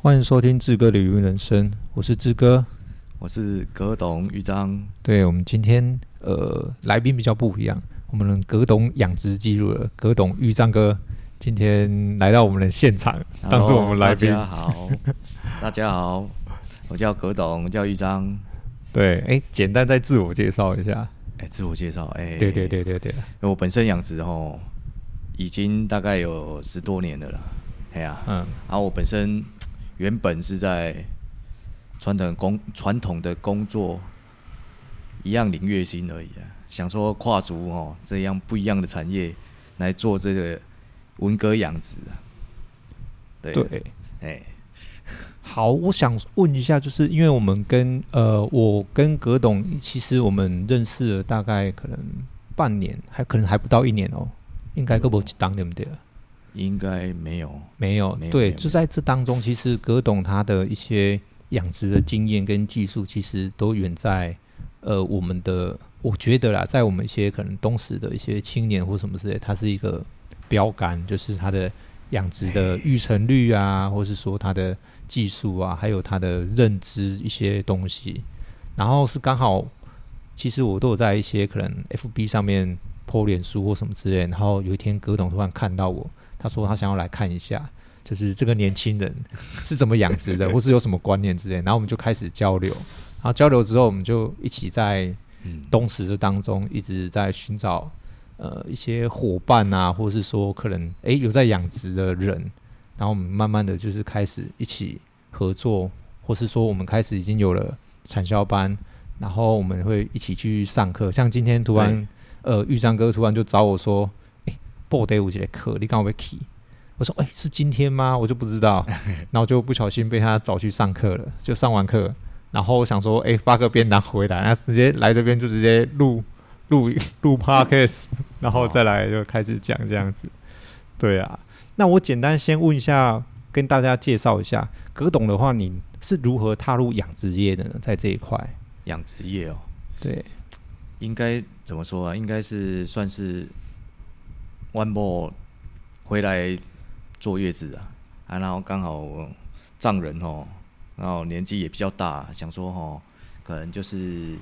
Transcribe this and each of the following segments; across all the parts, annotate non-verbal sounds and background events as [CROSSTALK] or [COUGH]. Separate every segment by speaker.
Speaker 1: 欢迎收听志哥的语音人生，我是志哥。
Speaker 2: 我是葛董豫章，
Speaker 1: 对我们今天呃来宾比较不一样，我们的葛董养殖记录了，葛董豫章哥今天来到我们的现场，当做我们来宾
Speaker 2: Hello，大家好，大家好，我叫葛董，叫豫章。
Speaker 1: 对，哎，简单再自我介绍一下。
Speaker 2: 哎、自我介绍，哎、
Speaker 1: 对对，对对对，
Speaker 2: 我本身养殖哦，已经大概有十多年了啦。哎呀、
Speaker 1: 嗯
Speaker 2: 然后我本身原本是在传统工传统的工作，一样领月薪而已啊。想说跨足哦，这样不一样的产业来做这个文革养殖啊。对，
Speaker 1: 对。
Speaker 2: 哎、
Speaker 1: 好，我想问一下，就是因为我们跟呃，我跟葛董，其实我们认识了大概可能半年，还可能还不到一年哦，应该够不几档对不对？
Speaker 2: 应该没有。
Speaker 1: 没有，
Speaker 2: 没有没
Speaker 1: 对，
Speaker 2: 有
Speaker 1: 就
Speaker 2: 没有
Speaker 1: 在这当中，其实葛董他的一些养殖的经验跟技术，其实都远在呃我们的，我觉得啦，在我们一些可能东石的一些青年或什么之类，它是一个标杆，就是它的养殖的育成率啊，或是说它的技术啊，还有它的认知一些东西。然后是刚好，其实我都有在一些可能 FB 上面 po 脸书或什么之类，然后有一天葛董突然看到我，他说他想要来看一下，就是这个年轻人是怎么养殖的，或是有什么观念之类，然后我们就开始交流，然后交流之后，我们就一起在
Speaker 2: 嗯，
Speaker 1: 东石这当中一直在寻找呃一些伙伴啊，或是说可能诶有在养殖的人，然后我们慢慢的就是开始一起合作，或是说我们开始已经有了产销班，然后我们会一起去上课。像今天突然呃玉章哥突然就找我说，诶，b o day 五节课，你刚好被 key。我说：“诶，是今天吗？我就不知道，然后就不小心被他找去上课了。就上完课，然后我想说，哎、发个便当回来，那直接来这边就直接录录 [LAUGHS] 录 podcast，然后再来就开始讲这样子。对啊，那我简单先问一下，跟大家介绍一下，葛董的话，你是如何踏入养殖业的呢？在这一块，
Speaker 2: 养殖业哦，
Speaker 1: 对，
Speaker 2: 应该怎么说啊？应该是算是 one more 回来坐月子啊，啊，然后刚好丈人哦，然后年纪也比较大，想说哦，可能就是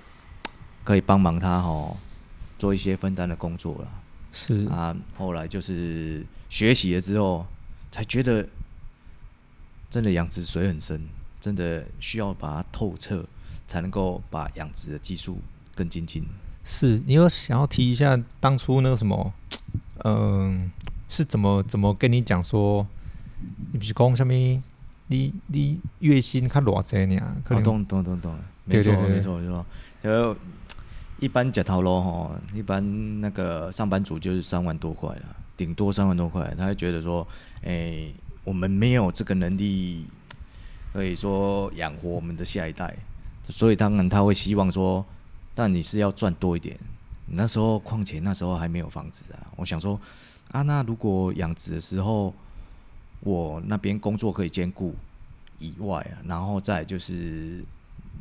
Speaker 2: 可以帮忙他哦，做一些分担的工作了。
Speaker 1: 是
Speaker 2: 啊，后来就是学习了之后，才觉得真的养殖水很深，真的需要把它透彻，才能够把养殖的技术更精进。
Speaker 1: 是，你有想要提一下当初那个什么，嗯、是怎么怎么跟你讲说，你不是讲什么，你你月薪看偌济呢？可
Speaker 2: 哦，
Speaker 1: 能、
Speaker 2: 懂懂懂懂，没
Speaker 1: 对
Speaker 2: 错
Speaker 1: 对对
Speaker 2: 没错没错。就一般假头咯吼，一般那个上班族就是三万多块了，顶多三万多块，他会觉得说，哎、我们没有这个能力，可以说养活我们的下一代，所以当然他会希望说，但你是要赚多一点。你那时候况且那时候还没有房子啊，我想说，啊，那如果养殖的时候，我那边工作可以兼顾以外啊，然后再来就是，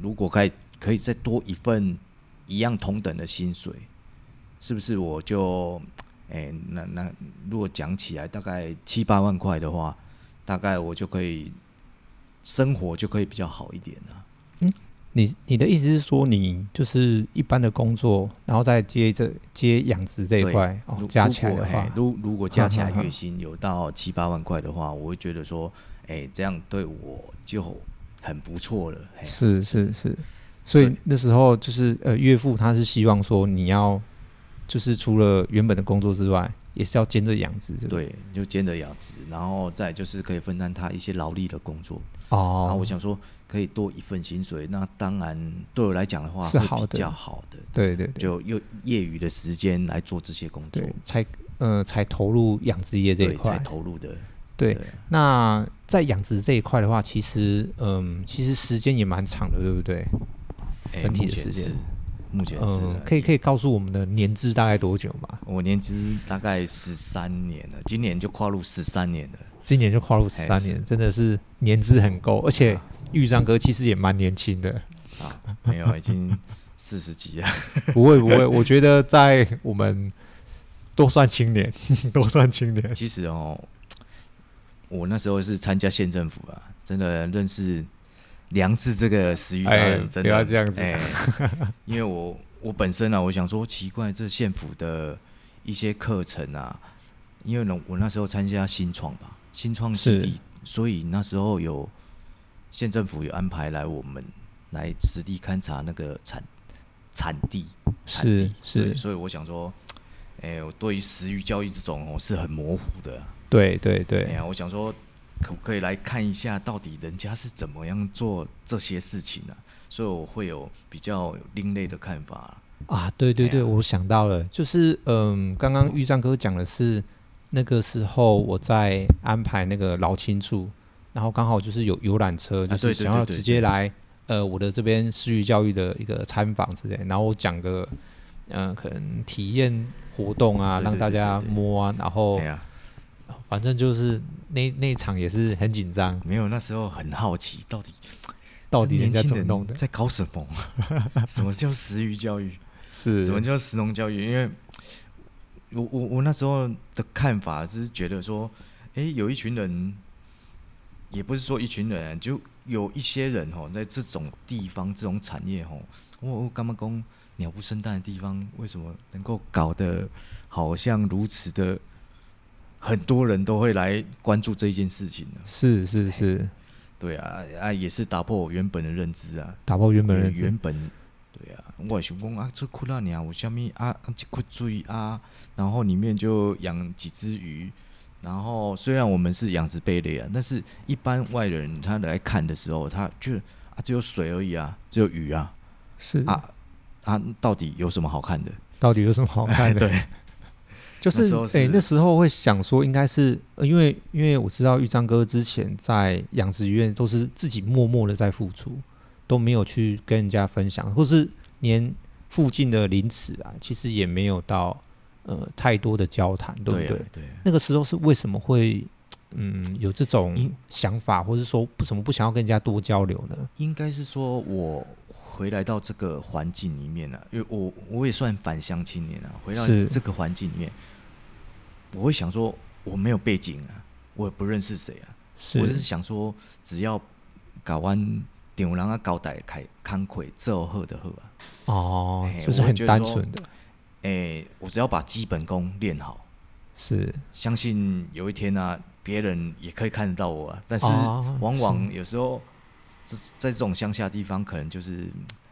Speaker 2: 如果可以可以再多一份一样同等的薪水，是不是我就，哎、那那如果讲起来大概七八万块的话，大概我就可以生活就可以比较好一点啊了、
Speaker 1: 你你的意思是说，你就是一般的工作，然后再接着接养殖这一
Speaker 2: 对
Speaker 1: 块哦
Speaker 2: 如，
Speaker 1: 加
Speaker 2: 如
Speaker 1: 起来
Speaker 2: 果
Speaker 1: 的
Speaker 2: 嘿
Speaker 1: 话，
Speaker 2: 如如果加起来
Speaker 1: 哼哼哼
Speaker 2: 月薪有
Speaker 1: [LAUGHS]
Speaker 2: 到七八万块的话，我会觉得说，哎、这样对我就很不错了。嘿
Speaker 1: 是是是，所以
Speaker 2: 对
Speaker 1: 那时候就是呃，岳父他是希望说你要就是除了原本的工作之外，也是要兼着养殖，对不对
Speaker 2: 对，就兼着养殖，然后再就是可以分担他一些劳力的工作。然后
Speaker 1: 哦
Speaker 2: 啊我，想说，可以多一份薪水，那当然对我来讲的话
Speaker 1: 是
Speaker 2: 会
Speaker 1: 好的
Speaker 2: 比较好的，
Speaker 1: 对对对
Speaker 2: 就用业余的时间来做这些工作，
Speaker 1: 对，才呃才投入养殖业这一
Speaker 2: 对，才
Speaker 1: 块，
Speaker 2: 投入的。
Speaker 1: 对
Speaker 2: 对
Speaker 1: 那在养殖这一块的话，其实嗯，其实时间也蛮长的，对不对？
Speaker 2: 哎
Speaker 1: 整体
Speaker 2: 目
Speaker 1: 的
Speaker 2: 前
Speaker 1: 时间
Speaker 2: 是，目前是
Speaker 1: 嗯
Speaker 2: 啊，
Speaker 1: 可以可以告诉我们的年资大概多久吗？
Speaker 2: 我年资大概十三年了，今年就跨入十三年了。
Speaker 1: 今年就跨入十
Speaker 2: 哎
Speaker 1: 三
Speaker 2: 是
Speaker 1: 年，真的是年资很够，而且玉章哥其实也蛮年轻的。
Speaker 2: 啊，没有，已经四十级了。
Speaker 1: 不会不会，我觉得在我们都算青年， [LAUGHS] 都算青年。
Speaker 2: 其实哦，我那时候是参加县政府啊，真的认识良知这个食欲达人，
Speaker 1: 哎
Speaker 2: 真的
Speaker 1: 不要这样子 [LAUGHS]
Speaker 2: 哎因为我我本身啊，我想说奇怪，这县府的一些课程啊，因为呢，我那时候参加新创吧，新创基地
Speaker 1: 是，
Speaker 2: 所以那时候有县政府有安排来我们来实地勘察那个产产地，产
Speaker 1: 是
Speaker 2: 地对
Speaker 1: 是，
Speaker 2: 所以我想说，哎、我对于食育教育这种哦我是很模糊的。
Speaker 1: 对对
Speaker 2: 哎
Speaker 1: 对
Speaker 2: 呀，，我想说，可不可以来看一下，到底人家是怎么样做这些事情呢、所以我会有比较另类的看法。
Speaker 1: 啊，对对
Speaker 2: 哎呀
Speaker 1: 对，我想到了，就是嗯，刚刚玉章哥讲的是那个时候我在安排那个劳青处，然后刚好就是有游览车，就
Speaker 2: 啊
Speaker 1: 是
Speaker 2: 对对
Speaker 1: 想要
Speaker 2: 对对
Speaker 1: 直接来呃我的这边私域教育的一个参访之类，然后我讲个嗯、呃可能体验活动啊，
Speaker 2: 对对
Speaker 1: 让大
Speaker 2: 对对
Speaker 1: 家
Speaker 2: 对
Speaker 1: 摸啊，然后
Speaker 2: 哎呀，
Speaker 1: 反正就是那那一场也是很紧张，
Speaker 2: 没有，那时候很好奇，到底
Speaker 1: 到底
Speaker 2: 这
Speaker 1: 人
Speaker 2: 年
Speaker 1: 家
Speaker 2: 轻
Speaker 1: 怎么
Speaker 2: 人
Speaker 1: 弄的？
Speaker 2: 在搞什么？ [LAUGHS] 什么叫食育教育？
Speaker 1: 是
Speaker 2: 什么叫食农教育？因为我我我那时候的看法就是觉得说，哎、有一群人，也不是说一群人，啊就有一些人哦，在这种地方、这种产业哦，我我干嘛讲鸟不生蛋的地方，为什么能够搞得好像如此的，很多人都会来关注这一件事情呢？
Speaker 1: 是是是，
Speaker 2: 对啊，啊，也是打破我原本的认知啊。
Speaker 1: 打破原本
Speaker 2: 因为
Speaker 1: 认知
Speaker 2: 原，本对啊，我也想讲啊，这库拉尼啊，我下面啊，啊这库追啊，然后里面就养几只鱼，然后虽然我们是养殖贝类啊，但是一般外人他来看的时候，他就啊只有水而已啊，只有鱼啊，
Speaker 1: 是
Speaker 2: 啊啊到底有什么好看的？
Speaker 1: 到底有什么好看的？
Speaker 2: [LAUGHS] 对，
Speaker 1: [LAUGHS] 就是
Speaker 2: 那时候
Speaker 1: 诶、
Speaker 2: 是
Speaker 1: 那时候会想说，应该是、呃因为因为我知道玉章哥之前在养殖院都是自己默默的在付出，都没有去跟人家分享，或是连附近的林池啊，其实也没有到呃太多的交谈，对不对？
Speaker 2: 对啊对啊
Speaker 1: 那个时候是为什么会嗯有这种
Speaker 2: 因
Speaker 1: 想法，或是说为什么不想要跟人家多交流呢？
Speaker 2: 应该是说我回来到这个环境里面了、因为我我也算返乡青年啊，回到
Speaker 1: 是
Speaker 2: 这个环境里面，我会想说我没有背景啊，我也不认识谁啊，
Speaker 1: 是
Speaker 2: 我就是想说只要搞完点人啊搞歹开康奎这喝的喝啊，
Speaker 1: 哦，
Speaker 2: 嘿
Speaker 1: 就是
Speaker 2: 我
Speaker 1: 很
Speaker 2: 觉得
Speaker 1: 单
Speaker 2: 说
Speaker 1: 纯的，
Speaker 2: 诶、我只要把基本功练好，
Speaker 1: 是
Speaker 2: 相信有一天呢、啊，别人也可以看得到我、啊。但是
Speaker 1: 哦
Speaker 2: 往往
Speaker 1: 是
Speaker 2: 有时候，这在这种乡下地方，可能就是，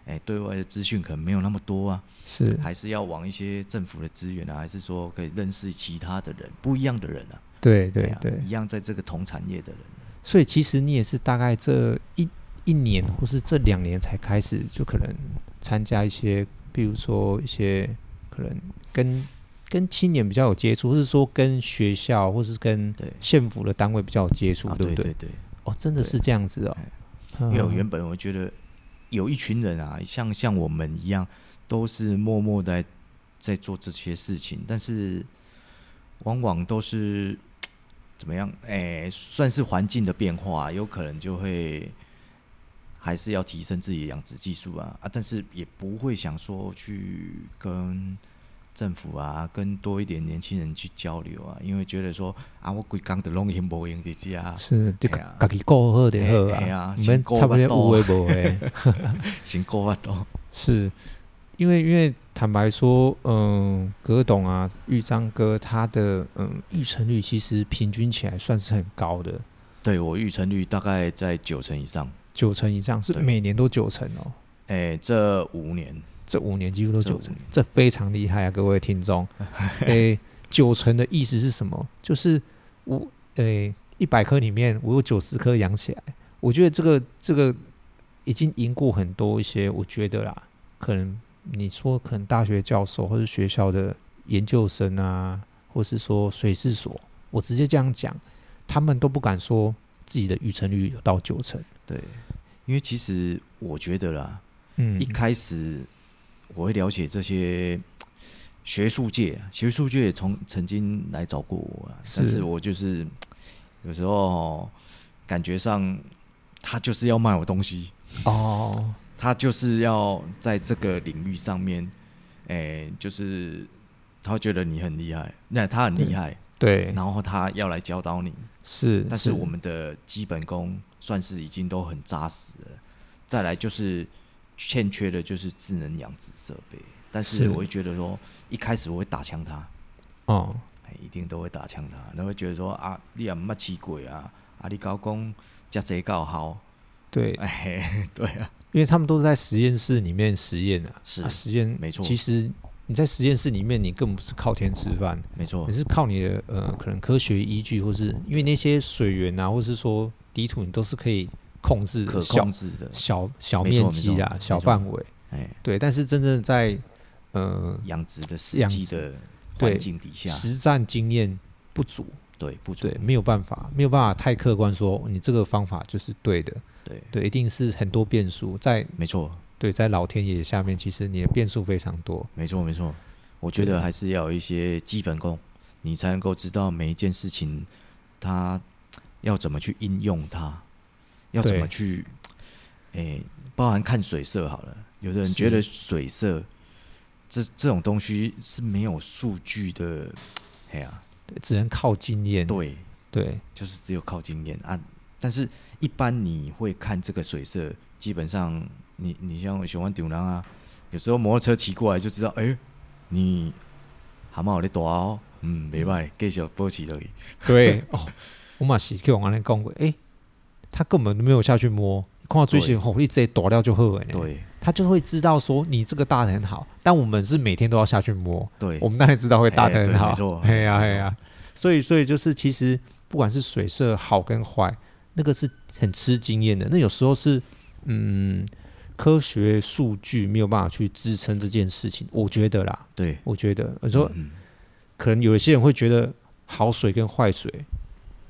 Speaker 2: 哎、对外的资讯可能没有那么多啊，
Speaker 1: 是，
Speaker 2: 还是要往一些政府的资源啊，还是说可以认识其他的人，不一样的人啊，
Speaker 1: 对对
Speaker 2: 啊
Speaker 1: 对。
Speaker 2: 一样在这个同产业的人，
Speaker 1: 所以其实你也是大概这一一年或是这两年才开始，就可能参加一些，比如说一些可能跟跟青年比较有接触，或是说跟学校或是跟
Speaker 2: 对，
Speaker 1: 县府的单位比较有接触，
Speaker 2: 啊，
Speaker 1: 对不
Speaker 2: 对对对，
Speaker 1: 哦，真的是这样子哦
Speaker 2: 哎。
Speaker 1: 嗯
Speaker 2: 因为我原本我觉得有一群人啊，像像我们一样，都是默默地在在做这些事情，但是往往都是怎么样？哎、算是环境的变化，啊有可能就会还是要提升自己的养殖技术啊啊，但是也不会想说去跟。政府啊，跟多一点年轻人去交流啊，因为觉得说啊，我规工的拢用无用
Speaker 1: [LAUGHS]
Speaker 2: 的家，
Speaker 1: 是就
Speaker 2: 哎呀
Speaker 1: 自己够好的好
Speaker 2: 哎哎呀
Speaker 1: 啊，你
Speaker 2: 先
Speaker 1: 们
Speaker 2: 顾
Speaker 1: 差不多
Speaker 2: 得到
Speaker 1: 有诶无诶。
Speaker 2: 辛苦啊都。
Speaker 1: 是因为因为坦白说，嗯，葛董啊，玉章哥他的嗯预成率其实平均起来算是很高的，
Speaker 2: 对我预成率大概在九成以上，
Speaker 1: 九成以上，是
Speaker 2: 对
Speaker 1: 每年都九成哦。
Speaker 2: 哎、这五年
Speaker 1: 这五年几乎都
Speaker 2: 这
Speaker 1: 九
Speaker 2: 五
Speaker 1: 成
Speaker 2: 年，
Speaker 1: 这非常厉害啊，各位听
Speaker 2: [LAUGHS]
Speaker 1: 众。诶，九成的意思是什么？就是我诶一百颗里面我有九十颗养起来，我觉得这个这个已经赢过很多一些，我觉得啦，可能你说可能大学教授或是学校的研究生啊，或是说水事所，我直接这样讲，他们都不敢说自己的预成率有到九成。
Speaker 2: 对，因为其实我觉得啦，
Speaker 1: 嗯，
Speaker 2: 一开始我会了解这些学术界，啊学术界也从曾经来找过我啊，但
Speaker 1: 是
Speaker 2: 是我就是有时候感觉上他就是要卖我东西，
Speaker 1: 哦，
Speaker 2: 他就是要在这个领域上面，哎、就是他会觉得你很厉害，那他很厉害，
Speaker 1: 对，
Speaker 2: 然后他要来教导你。
Speaker 1: 是，
Speaker 2: 但是我们的基本功算是已经都很扎实了。再来就是欠缺的就是智能养殖设备，但
Speaker 1: 是
Speaker 2: 是我会觉得说，一开始我会打枪他，
Speaker 1: 哦，
Speaker 2: 哎一定都会打枪他，然后会觉得说啊，你也没吃过啊，啊你搞讲加贼搞好，
Speaker 1: 对，
Speaker 2: 哎， [LAUGHS] 对啊，
Speaker 1: 因为他们都是在实验室里面实验的、啊，
Speaker 2: 是
Speaker 1: 啊实验
Speaker 2: 没错
Speaker 1: 其实你在实验室里面，你更不是靠天吃饭，
Speaker 2: 没错
Speaker 1: 你，是靠你的呃可能科学依据，或是因为那些水源啊，或是说地图，你都是可以控制
Speaker 2: 可
Speaker 1: 的小
Speaker 2: 控制的，
Speaker 1: 小小
Speaker 2: 没错
Speaker 1: 面
Speaker 2: 没
Speaker 1: 积
Speaker 2: 错
Speaker 1: 啊，小
Speaker 2: 没错
Speaker 1: 范围。
Speaker 2: 哎，
Speaker 1: 对，但是真正在呃
Speaker 2: 养殖的实
Speaker 1: 养
Speaker 2: 际
Speaker 1: 殖
Speaker 2: 的
Speaker 1: 对
Speaker 2: 环境底下，
Speaker 1: 实战经验不足，
Speaker 2: 对不足
Speaker 1: 对，，没有办法，没有办法太客观说你这个方法就是对的，
Speaker 2: 对，
Speaker 1: 对，一定是很多变数在
Speaker 2: 没错，
Speaker 1: 对在老天爷下面，其实你的变数非常多，
Speaker 2: 没错，没错。我觉得还是要有一些基本功，你才能够知道每一件事情它要怎么去应用它，要怎么
Speaker 1: 对
Speaker 2: 去，诶、包含看水色好了。有的人
Speaker 1: 是
Speaker 2: 觉得水色这这种东西是没有数据的，哎呀、
Speaker 1: 对只能靠经验，
Speaker 2: 对，
Speaker 1: 对
Speaker 2: 就是只有靠经验啊。但是，一般你会看这个水色，基本上你你像喜欢丢人啊，有时候摩托车骑过来就知道，哎、你蛤蟆有在大哦，嗯，没歹，继续保持落去。
Speaker 1: 对哦，我马西去往那讲过，诶，他根本没有下去摸，看到最
Speaker 2: 对
Speaker 1: 新后一直接躲掉就后悔呢，
Speaker 2: 对
Speaker 1: 他就会知道说你这个大的很好，但我们是每天都要下去摸，
Speaker 2: 对
Speaker 1: 我们当然知道会打得
Speaker 2: 哎
Speaker 1: 很
Speaker 2: 对
Speaker 1: 好，
Speaker 2: 没错
Speaker 1: 哎呀
Speaker 2: 没错
Speaker 1: 哎呀，所以所以就是其实不管是水色好跟坏，那个是很吃经验的，那有时候是嗯科学数据没有办法去支撑这件事情，我觉得啦，
Speaker 2: 对，
Speaker 1: 我觉得有时候
Speaker 2: 嗯
Speaker 1: 可能有一些人会觉得好水跟坏水，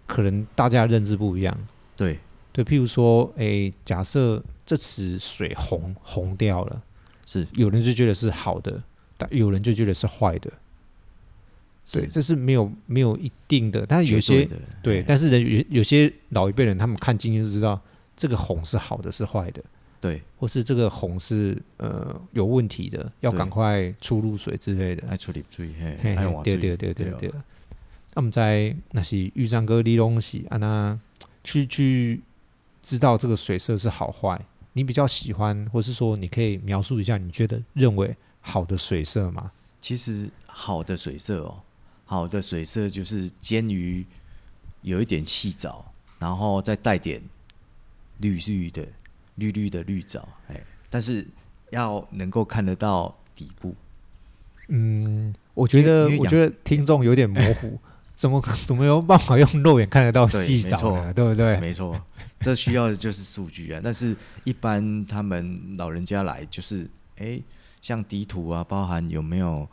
Speaker 1: 可能大家的认知不一样，
Speaker 2: 对
Speaker 1: 对，譬如说，哎，假设这池水红红掉了。
Speaker 2: 是
Speaker 1: 有人就觉得是好的，但有人就觉得是坏的。
Speaker 2: 是
Speaker 1: 对，这是没有没有一定的，但是有
Speaker 2: 绝对
Speaker 1: 些
Speaker 2: 的，
Speaker 1: 对，但是人有有些老一辈人，他们看经验就知道这个红是好的，是坏的，
Speaker 2: 对，
Speaker 1: 或是这个红是呃有问题的，要
Speaker 2: 对
Speaker 1: 赶快出入水之类的。
Speaker 2: 爱出力水，嘿，
Speaker 1: 嘿嘿
Speaker 2: 爱往
Speaker 1: 对
Speaker 2: 水，
Speaker 1: 对对对
Speaker 2: 哦
Speaker 1: 对。那我们在那些遇上哥利东西啊，那去去知道这个水色是好坏，你比较喜欢，或是说你可以描述一下你觉得认为好的水色吗？
Speaker 2: 其实好的水色哦，好的水色就是煎鱼有一点细藻，然后再带点绿绿的、绿绿的绿藻，哎，但是要能够看得到底部，
Speaker 1: 嗯，我觉得
Speaker 2: 因为因为
Speaker 1: 我觉得听众有点模
Speaker 2: [LAUGHS]
Speaker 1: 糊，怎么怎么有办法用肉眼看得到
Speaker 2: 对
Speaker 1: 细
Speaker 2: 没
Speaker 1: 藻
Speaker 2: 错
Speaker 1: 呢？对不对？
Speaker 2: 没错，这需要的就是数据啊。但是一般他们老人家来就是，哎，像底土啊，包含有没有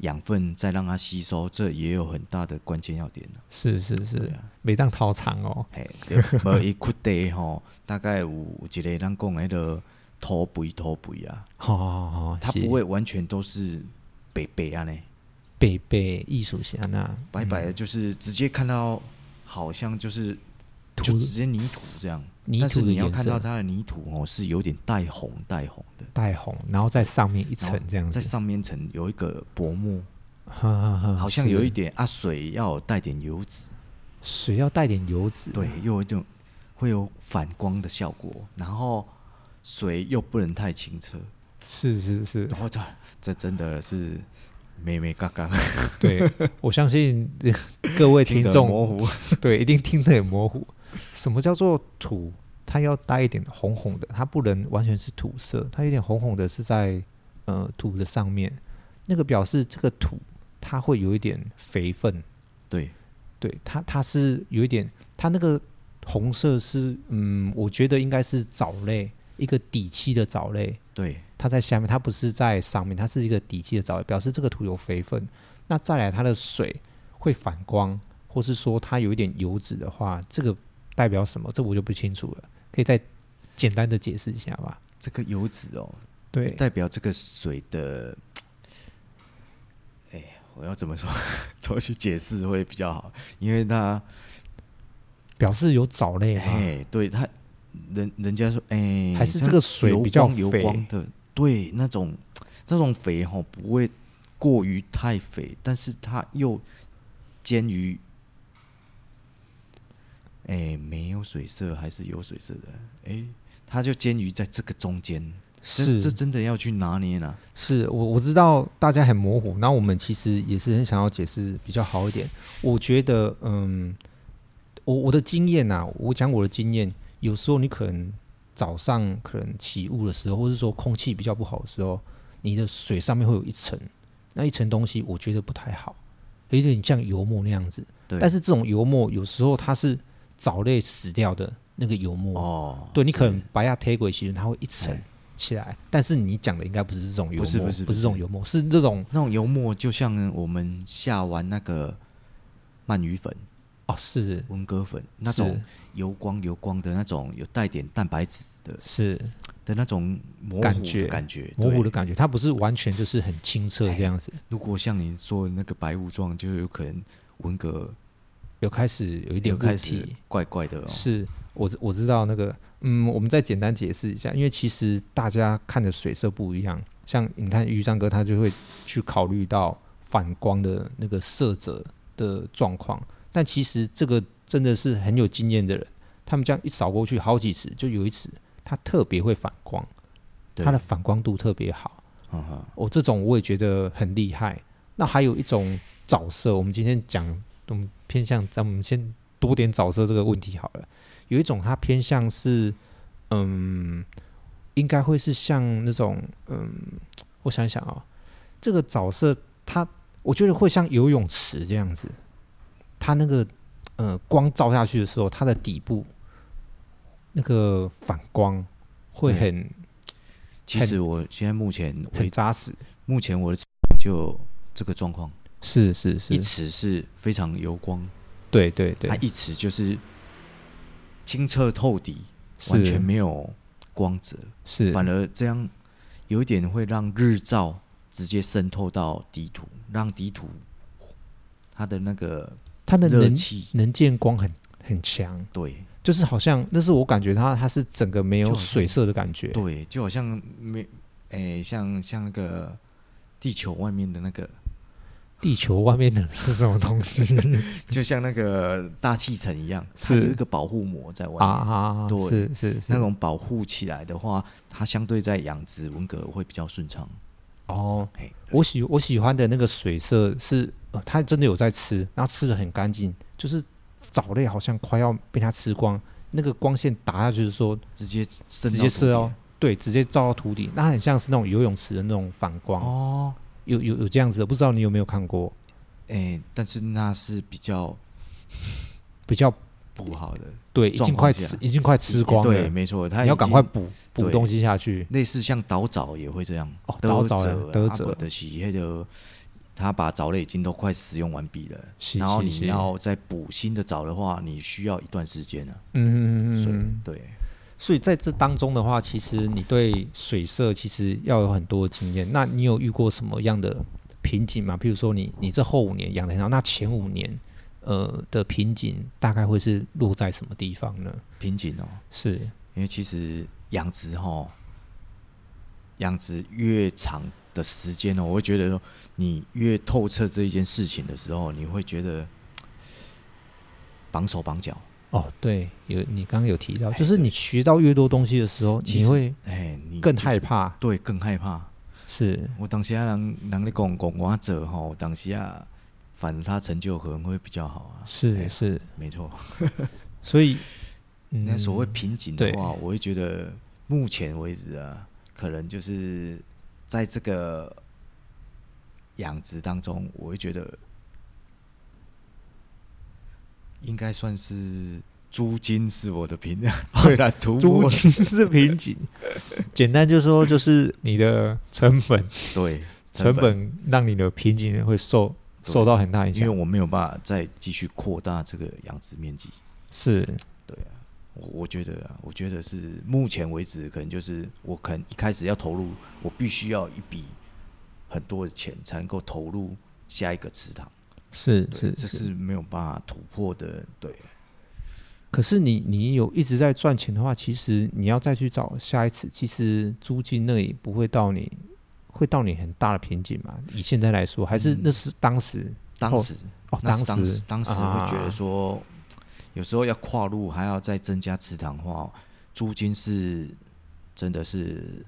Speaker 2: 养分再让它吸收，这也有很大的关键要点呢、
Speaker 1: 是是
Speaker 2: 对
Speaker 1: 是
Speaker 2: 啊，
Speaker 1: 每当掏肠哦，
Speaker 2: 嘿，对， [LAUGHS] 无伊窟地吼，大概有有一个咱讲的迄个土肥土肥啊，
Speaker 1: 好好好好，
Speaker 2: 它
Speaker 1: 是
Speaker 2: 不会完全都是白白啊呢，
Speaker 1: 北北艺术家那嗯
Speaker 2: 白白的，就是直接看到好像就是就
Speaker 1: 土
Speaker 2: 直接泥土这样，
Speaker 1: 泥
Speaker 2: 但是
Speaker 1: 土的
Speaker 2: 你要
Speaker 1: 颜
Speaker 2: 看到
Speaker 1: 色
Speaker 2: 它的泥土哦是有点带红带红的，
Speaker 1: 带红，然后在上面一
Speaker 2: 然后
Speaker 1: 层这样
Speaker 2: 在
Speaker 1: 子，
Speaker 2: 上面层有一个薄膜，
Speaker 1: 好
Speaker 2: 好像有一点啊水要有带点油脂，
Speaker 1: 水要带点油脂，啊
Speaker 2: 对，又有一种会有反光的效果，然后水又不能太清澈。
Speaker 1: 是是是，
Speaker 2: 我操，这真的是美美嘎嘎，
Speaker 1: [LAUGHS] 对我相信 [LAUGHS] 各位
Speaker 2: 听
Speaker 1: 听
Speaker 2: 得
Speaker 1: 众
Speaker 2: 模糊。
Speaker 1: [LAUGHS] 对一定听得很模糊，什么叫做土？它要带一点红红的，它不能完全是土色，它有点红红的是在呃土的上面，那个表示这个土它会有一点肥分，
Speaker 2: 对，
Speaker 1: 对它，它是有一点，它那个红色是，嗯，我觉得应该是藻类，一个底栖的藻类，
Speaker 2: 对，
Speaker 1: 它在下面，它不是在上面，它是一个底栖的藻类，表示这个土有肥分。那再来，它的水会反光，或是说它有一点油脂的话，这个代表什么？这我就不清楚了，可以再简单的解释一下吧。
Speaker 2: 这个油脂哦，
Speaker 1: 对，
Speaker 2: 代表这个水的，哎，我要怎么说？ [LAUGHS] 怎么去解释会比较好？因为它，
Speaker 1: 表示有藻类嘛，
Speaker 2: 哎，对它，人人家说，哎，
Speaker 1: 还是
Speaker 2: 像
Speaker 1: 这个水
Speaker 2: 油
Speaker 1: 比较
Speaker 2: 光油
Speaker 1: 肥
Speaker 2: 光的，对，那种那种肥哈、不会过于太肥，但是它又煎于，哎，没有水色还是有水色的，哎，它就煎鱼在这个中间，这
Speaker 1: 是
Speaker 2: 这真的要去拿捏啦。
Speaker 1: 是我我知道大家很模糊，那我们其实也是很想要解释比较好一点。我觉得，嗯，我我的经验呐、我讲我的经验，有时候你可能早上可能起雾的时候，或者说空气比较不好的时候，你的水上面会有一层，那一层东西我觉得不太好，有点像油沫那样子。
Speaker 2: 对，
Speaker 1: 但
Speaker 2: 是
Speaker 1: 是这种油沫有时候它是藻类死掉的那个油沫，
Speaker 2: 哦，
Speaker 1: 对你可能
Speaker 2: 是
Speaker 1: 白亚铁轨其实它会一层
Speaker 2: 哎
Speaker 1: 起来，但是你讲的应该不是这种油墨，
Speaker 2: 不是不是
Speaker 1: 不
Speaker 2: 不
Speaker 1: 是
Speaker 2: 是
Speaker 1: 这种油墨，是这种
Speaker 2: 那种油墨，就像我们下完那个鳗鱼粉、
Speaker 1: 哦，是
Speaker 2: 文蛤粉那种油光油光的那种，有带点蛋白质的
Speaker 1: 是
Speaker 2: 的那种模糊
Speaker 1: 感觉
Speaker 2: 的感觉，
Speaker 1: 模糊
Speaker 2: 对
Speaker 1: 的感觉，它不是完全就是很清澈这样子，
Speaker 2: 如果像你说的那个白雾状，就有可能文革
Speaker 1: 有开始有一
Speaker 2: 有
Speaker 1: 点
Speaker 2: 开
Speaker 1: 问
Speaker 2: 始
Speaker 1: 题，
Speaker 2: 怪怪的哦。
Speaker 1: 是我知我知道那个，嗯，我们再简单解释一下，因为其实大家看的水色不一样，像你看于尚哥他就会去考虑到反光的那个色泽的状况，但其实这个真的是很有经验的人，他们这样一扫过去好几次，就有一次它特别会反光，
Speaker 2: 对
Speaker 1: 它的反光度特别好，
Speaker 2: 嗯哼
Speaker 1: 哦，这种我也觉得很厉害。那还有一种早色，我们今天讲，我们偏向，咱们先多点早色这个问题好了。有一种它偏向是，嗯，应该会是像那种，嗯，我想一想啊、这个早色它，我觉得会像游泳池这样子，它那个呃光照下去的时候，它的底部那个反光会
Speaker 2: 对
Speaker 1: 很
Speaker 2: 其实我现在目前
Speaker 1: 很
Speaker 2: 为
Speaker 1: 扎实，
Speaker 2: 目前我的尺就有这个状况，
Speaker 1: 是是是
Speaker 2: 一，尺是非常油光，
Speaker 1: 对对对
Speaker 2: 它，一尺就是清澈透底，
Speaker 1: 是
Speaker 2: 完全没有光泽，
Speaker 1: 是
Speaker 2: 反而这样有一点会让日照直接渗透到底土，让底土它的那个
Speaker 1: 它的
Speaker 2: 热
Speaker 1: 能
Speaker 2: 气
Speaker 1: 能见光很很强，
Speaker 2: 对。
Speaker 1: 就是好像那是我感觉它它是整个没有
Speaker 2: 就好像
Speaker 1: 水色的感觉，
Speaker 2: 对，就好像没，诶、像像那个地球外面的那个， [LAUGHS]
Speaker 1: 地球外面的是什么东西
Speaker 2: 就像那个大气层一样，它
Speaker 1: 是
Speaker 2: 有一个保护膜在外
Speaker 1: 啊
Speaker 2: 面。
Speaker 1: 啊？
Speaker 2: 对
Speaker 1: 是是是
Speaker 2: 那种保护起来的话，它相对在养殖文蛤会比较顺畅。
Speaker 1: 哦
Speaker 2: 嘿。
Speaker 1: 我喜我喜欢的那个水色是，呃它真的有在吃，然后吃的很干净，就是藻类好像快要被它吃光，那个光线打下去的时候，
Speaker 2: 直接直
Speaker 1: 直接吃哦，对，直接照到土底，那很像是那种游泳池的那种反光，
Speaker 2: 哦，
Speaker 1: 有有有这样子的，不知道你有没有看过？
Speaker 2: 诶、但是那是比较
Speaker 1: 比较
Speaker 2: 不好的，
Speaker 1: 对，已
Speaker 2: 状
Speaker 1: 经
Speaker 2: 况
Speaker 1: 快
Speaker 2: 下
Speaker 1: 吃，已经快吃光了。
Speaker 2: 对，没错，它
Speaker 1: 你要
Speaker 2: 已
Speaker 1: 赶
Speaker 2: 经
Speaker 1: 快补补
Speaker 2: 对
Speaker 1: 东西下去。
Speaker 2: 类似像岛藻也会这样，
Speaker 1: 哦
Speaker 2: 德
Speaker 1: 岛
Speaker 2: 泽
Speaker 1: 藻也
Speaker 2: 啊
Speaker 1: 德
Speaker 2: 啊
Speaker 1: 泽
Speaker 2: 不德西那个，它把藻类已经都快使用完毕了，
Speaker 1: 是
Speaker 2: 然后
Speaker 1: 是
Speaker 2: 你
Speaker 1: 是
Speaker 2: 要再补新的藻的话，你需要一段时间啊。
Speaker 1: 嗯
Speaker 2: 所以
Speaker 1: 嗯。
Speaker 2: 对，
Speaker 1: 所以在这当中的话，其实你对水色其实要有很多经验。那你有遇过什么样的瓶颈吗？譬如说你你这后五年养的很好，那前五年呃的瓶颈大概会是落在什么地方呢？
Speaker 2: 瓶颈哦，
Speaker 1: 是
Speaker 2: 因为其实养殖哈，养殖越长的时间哦，我会觉得说，你越透彻这一件事情的时候，你会觉得绑手绑脚。
Speaker 1: 哦，对，有你刚刚有提到，
Speaker 2: 哎
Speaker 1: 就是你学到越多东西的时候，
Speaker 2: 其
Speaker 1: 你
Speaker 2: 实
Speaker 1: 会
Speaker 2: 哎，你
Speaker 1: 更
Speaker 2: 就
Speaker 1: 害怕。
Speaker 2: 对，更害怕。
Speaker 1: 是
Speaker 2: 我当时啊，人人咧讲讲我者吼，当时啊，反正他成就可能会比较好啊。
Speaker 1: 是
Speaker 2: 哎
Speaker 1: 是，
Speaker 2: 没错。
Speaker 1: 所以嗯
Speaker 2: 那所谓瓶颈的
Speaker 1: 对
Speaker 2: 话，我会觉得目前为止啊，可能就是在这个养殖当中，我会觉得应该算是租金是我的瓶颈， [LAUGHS] 对啦，突破
Speaker 1: 哦租金是瓶
Speaker 2: [LAUGHS]
Speaker 1: 颈。简单就说，就是你的成本，
Speaker 2: 对
Speaker 1: 成本让你的瓶颈会受
Speaker 2: 对
Speaker 1: 受到很大影
Speaker 2: 因为
Speaker 1: 响。
Speaker 2: 我没有办法再继续扩大这个养殖面积。
Speaker 1: 是
Speaker 2: 对啊，我我觉得啊，我觉得是目前为止，可能就是我可能一开始要投入，我必须要一笔很多的钱才能够投入下一个池塘，
Speaker 1: 是
Speaker 2: 对
Speaker 1: 是，
Speaker 2: 这是没有办法突破的，对，
Speaker 1: 可是你你有一直在赚钱的话，其实你要再去找下一次，其实租金那里不会到你会到你很大的瓶颈嘛？以现在来说，还是
Speaker 2: 嗯
Speaker 1: 那是当时
Speaker 2: 当时、
Speaker 1: 哦，
Speaker 2: 那是
Speaker 1: 时
Speaker 2: 当时会觉得说，有时候要跨入，还要再增加池塘化，租金是真的是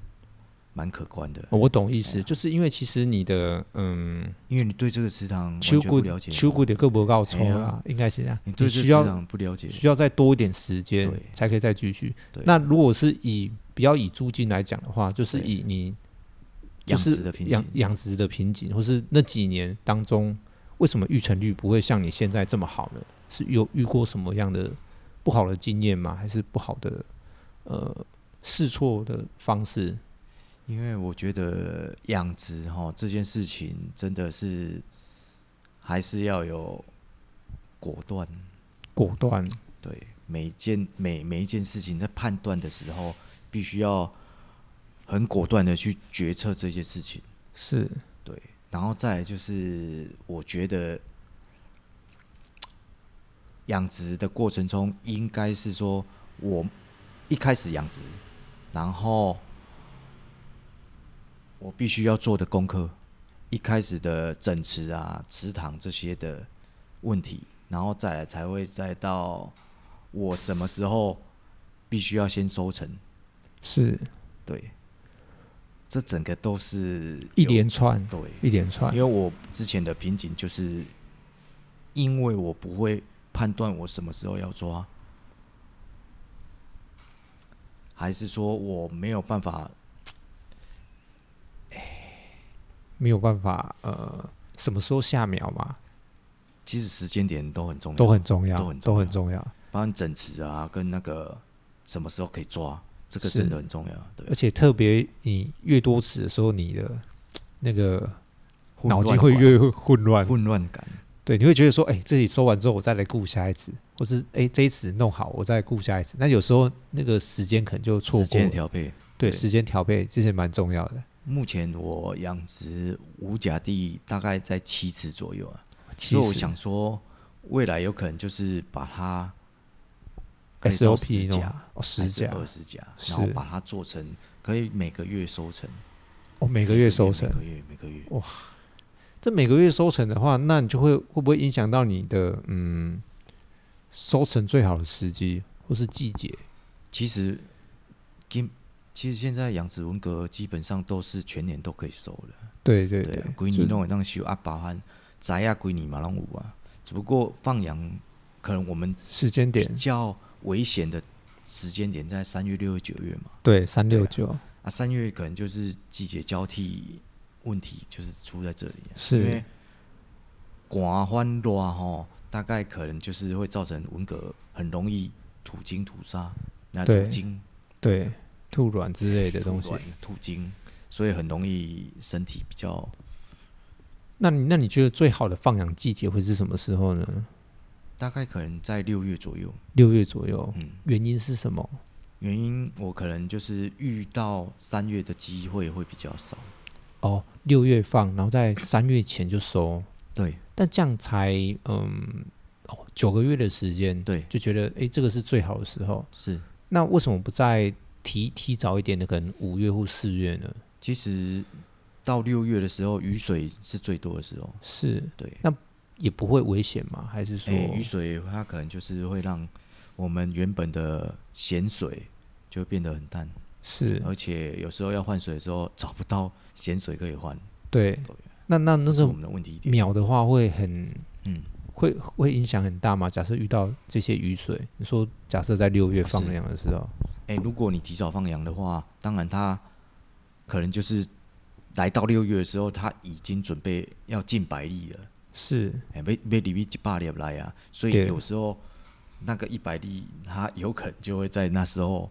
Speaker 2: 蛮可观的，
Speaker 1: 哦我懂意
Speaker 2: 哎
Speaker 1: 思，就是因为其实你的嗯，
Speaker 2: 因为你对这个池塘完
Speaker 1: 秋
Speaker 2: 全
Speaker 1: 谷
Speaker 2: 不了解，
Speaker 1: 秋谷的够不够抽
Speaker 2: 哎
Speaker 1: 啦
Speaker 2: 呀，
Speaker 1: 应该是这样。
Speaker 2: 你对这
Speaker 1: 需
Speaker 2: 市
Speaker 1: 要
Speaker 2: 场不了解，
Speaker 1: 需要再多一点时间
Speaker 2: 对
Speaker 1: 才可以再继续。
Speaker 2: 对
Speaker 1: 那如果是以不要以租金来讲的话，就是
Speaker 2: 对
Speaker 1: 以你就
Speaker 2: 养
Speaker 1: 是
Speaker 2: 殖的瓶
Speaker 1: 养
Speaker 2: 颈，
Speaker 1: 养殖的瓶颈，或是那几年当中，为什么育成率不会像你现在这么好呢？是有遇过什么样的不好的经验吗？还是不好的呃试错的方式？
Speaker 2: 因为我觉得养殖哈这件事情真的是还是要有果断，
Speaker 1: 果断
Speaker 2: 对每一件每每一件事情在判断的时候，必须要很果断的去决策这些事情。
Speaker 1: 是
Speaker 2: 对，然后再来就是，我觉得养殖的过程中，应该是说我一开始养殖，然后我必须要做的功课，一开始的整池啊、池塘这些的问题，然后再来才会再到我什么时候必须要先收成，
Speaker 1: 是
Speaker 2: 对。这整个都是
Speaker 1: 一
Speaker 2: 有
Speaker 1: 连串
Speaker 2: 对，
Speaker 1: 一连串
Speaker 2: 因为我之前的瓶颈就是，因为我不会判断我什么时候要抓，还是说我没有办法，
Speaker 1: 没有办法呃什么时候下苗嘛
Speaker 2: 其实时间点都很重要，
Speaker 1: 都很重
Speaker 2: 都
Speaker 1: 要，
Speaker 2: 很重
Speaker 1: 都很
Speaker 2: 要
Speaker 1: 重要。
Speaker 2: 包括整池啊，跟那个什么时候可以抓，这个
Speaker 1: 是
Speaker 2: 真的很重要。对
Speaker 1: 而，且特别你越多次的时候，你的那个
Speaker 2: 混
Speaker 1: 呃脑
Speaker 2: 乱
Speaker 1: 筋会
Speaker 2: 感
Speaker 1: 越混乱。
Speaker 2: 混乱感，
Speaker 1: 对，你会觉得说，哎、这里收完之后，我再来顾下一次，或是哎、这一次弄好，我再顾下一次。那有时候那个时间可能就错
Speaker 2: 时
Speaker 1: 过
Speaker 2: 间
Speaker 1: 了。
Speaker 2: 调配。
Speaker 1: 对，
Speaker 2: 对
Speaker 1: 时间调配这是蛮重要的。
Speaker 2: 目前我养殖五甲地大概在七尺左右啊，
Speaker 1: 其
Speaker 2: 所以我
Speaker 1: 实
Speaker 2: 想说，未来有可能就是把它可以到
Speaker 1: SOP
Speaker 2: 10
Speaker 1: 弄
Speaker 2: 甲
Speaker 1: 好哦，
Speaker 2: 还
Speaker 1: 十
Speaker 2: 是
Speaker 1: 甲
Speaker 2: 二十甲，
Speaker 1: 是
Speaker 2: 然后把它做成可以每个月收成，
Speaker 1: 哦，每个月收成
Speaker 2: 每。个月每个月，
Speaker 1: 这每个月收成的话，那你就会会不会影响到你的嗯收成最好的时机或是季节？
Speaker 2: 其实今其实现在养殖文蛤基本上都是全年都可以收的，
Speaker 1: 对对
Speaker 2: 对
Speaker 1: 对
Speaker 2: 啊，，龟
Speaker 1: 就
Speaker 2: 年弄让修阿巴汉宅啊龟年马龙五啊，只不过放养可能我们
Speaker 1: 时间
Speaker 2: 比
Speaker 1: 点
Speaker 2: 较危险的时间点在三月、六月、九月嘛，
Speaker 1: 对三
Speaker 2: 对
Speaker 1: 六
Speaker 2: 啊
Speaker 1: 九
Speaker 2: 啊，三月可能就是季节交替问题，就是出在这里、啊。
Speaker 1: 是
Speaker 2: 因为寒翻热吼，大概可能就是会造成文革很容易吐精吐沙，那吐
Speaker 1: 对
Speaker 2: 精
Speaker 1: 对兔卵之类的
Speaker 2: 吐
Speaker 1: 东西
Speaker 2: 卵。吐精，所以很容易身体比较
Speaker 1: 那你那你觉得最好的放养季节会是什么时候呢？
Speaker 2: 大概可能在六月左右。
Speaker 1: 六月左右，
Speaker 2: 嗯，
Speaker 1: 原因是什么？
Speaker 2: 原因我可能就是遇到三月的机会会比较少。
Speaker 1: 哦，六月放，然后在三月前就收，
Speaker 2: 对
Speaker 1: 但这样才嗯哦九个月的时间，
Speaker 2: 对
Speaker 1: 就觉得诶这个是最好的时候。
Speaker 2: 是。
Speaker 1: 那为什么不再提提早一点的，可能五月或四月呢？
Speaker 2: 其实到六月的时候，雨水是最多的时候。
Speaker 1: 是
Speaker 2: 对，
Speaker 1: 也不会危险吗？还是说、
Speaker 2: 诶，哎雨水它可能就是会让我们原本的咸水就变得很淡，
Speaker 1: 是
Speaker 2: 而且有时候要换水的时候找不到咸水可以换，
Speaker 1: 对
Speaker 2: 对？
Speaker 1: 那那
Speaker 2: 这
Speaker 1: 那
Speaker 2: 是
Speaker 1: 个
Speaker 2: 我们的问题点。
Speaker 1: 秒的话会很
Speaker 2: 嗯，
Speaker 1: 会会影响很大吗？假设遇到这些雨水，你说假设在六月
Speaker 2: 是
Speaker 1: 放养的时候，
Speaker 2: 诶，哎如果你提早放羊的话，当然它可能就是来到六月的时候，它已经准备要进百粒了，
Speaker 1: 是
Speaker 2: 诶，被被里面一百粒来啊，所以
Speaker 1: 对
Speaker 2: 有时候那个一百粒它有可能就会在那时候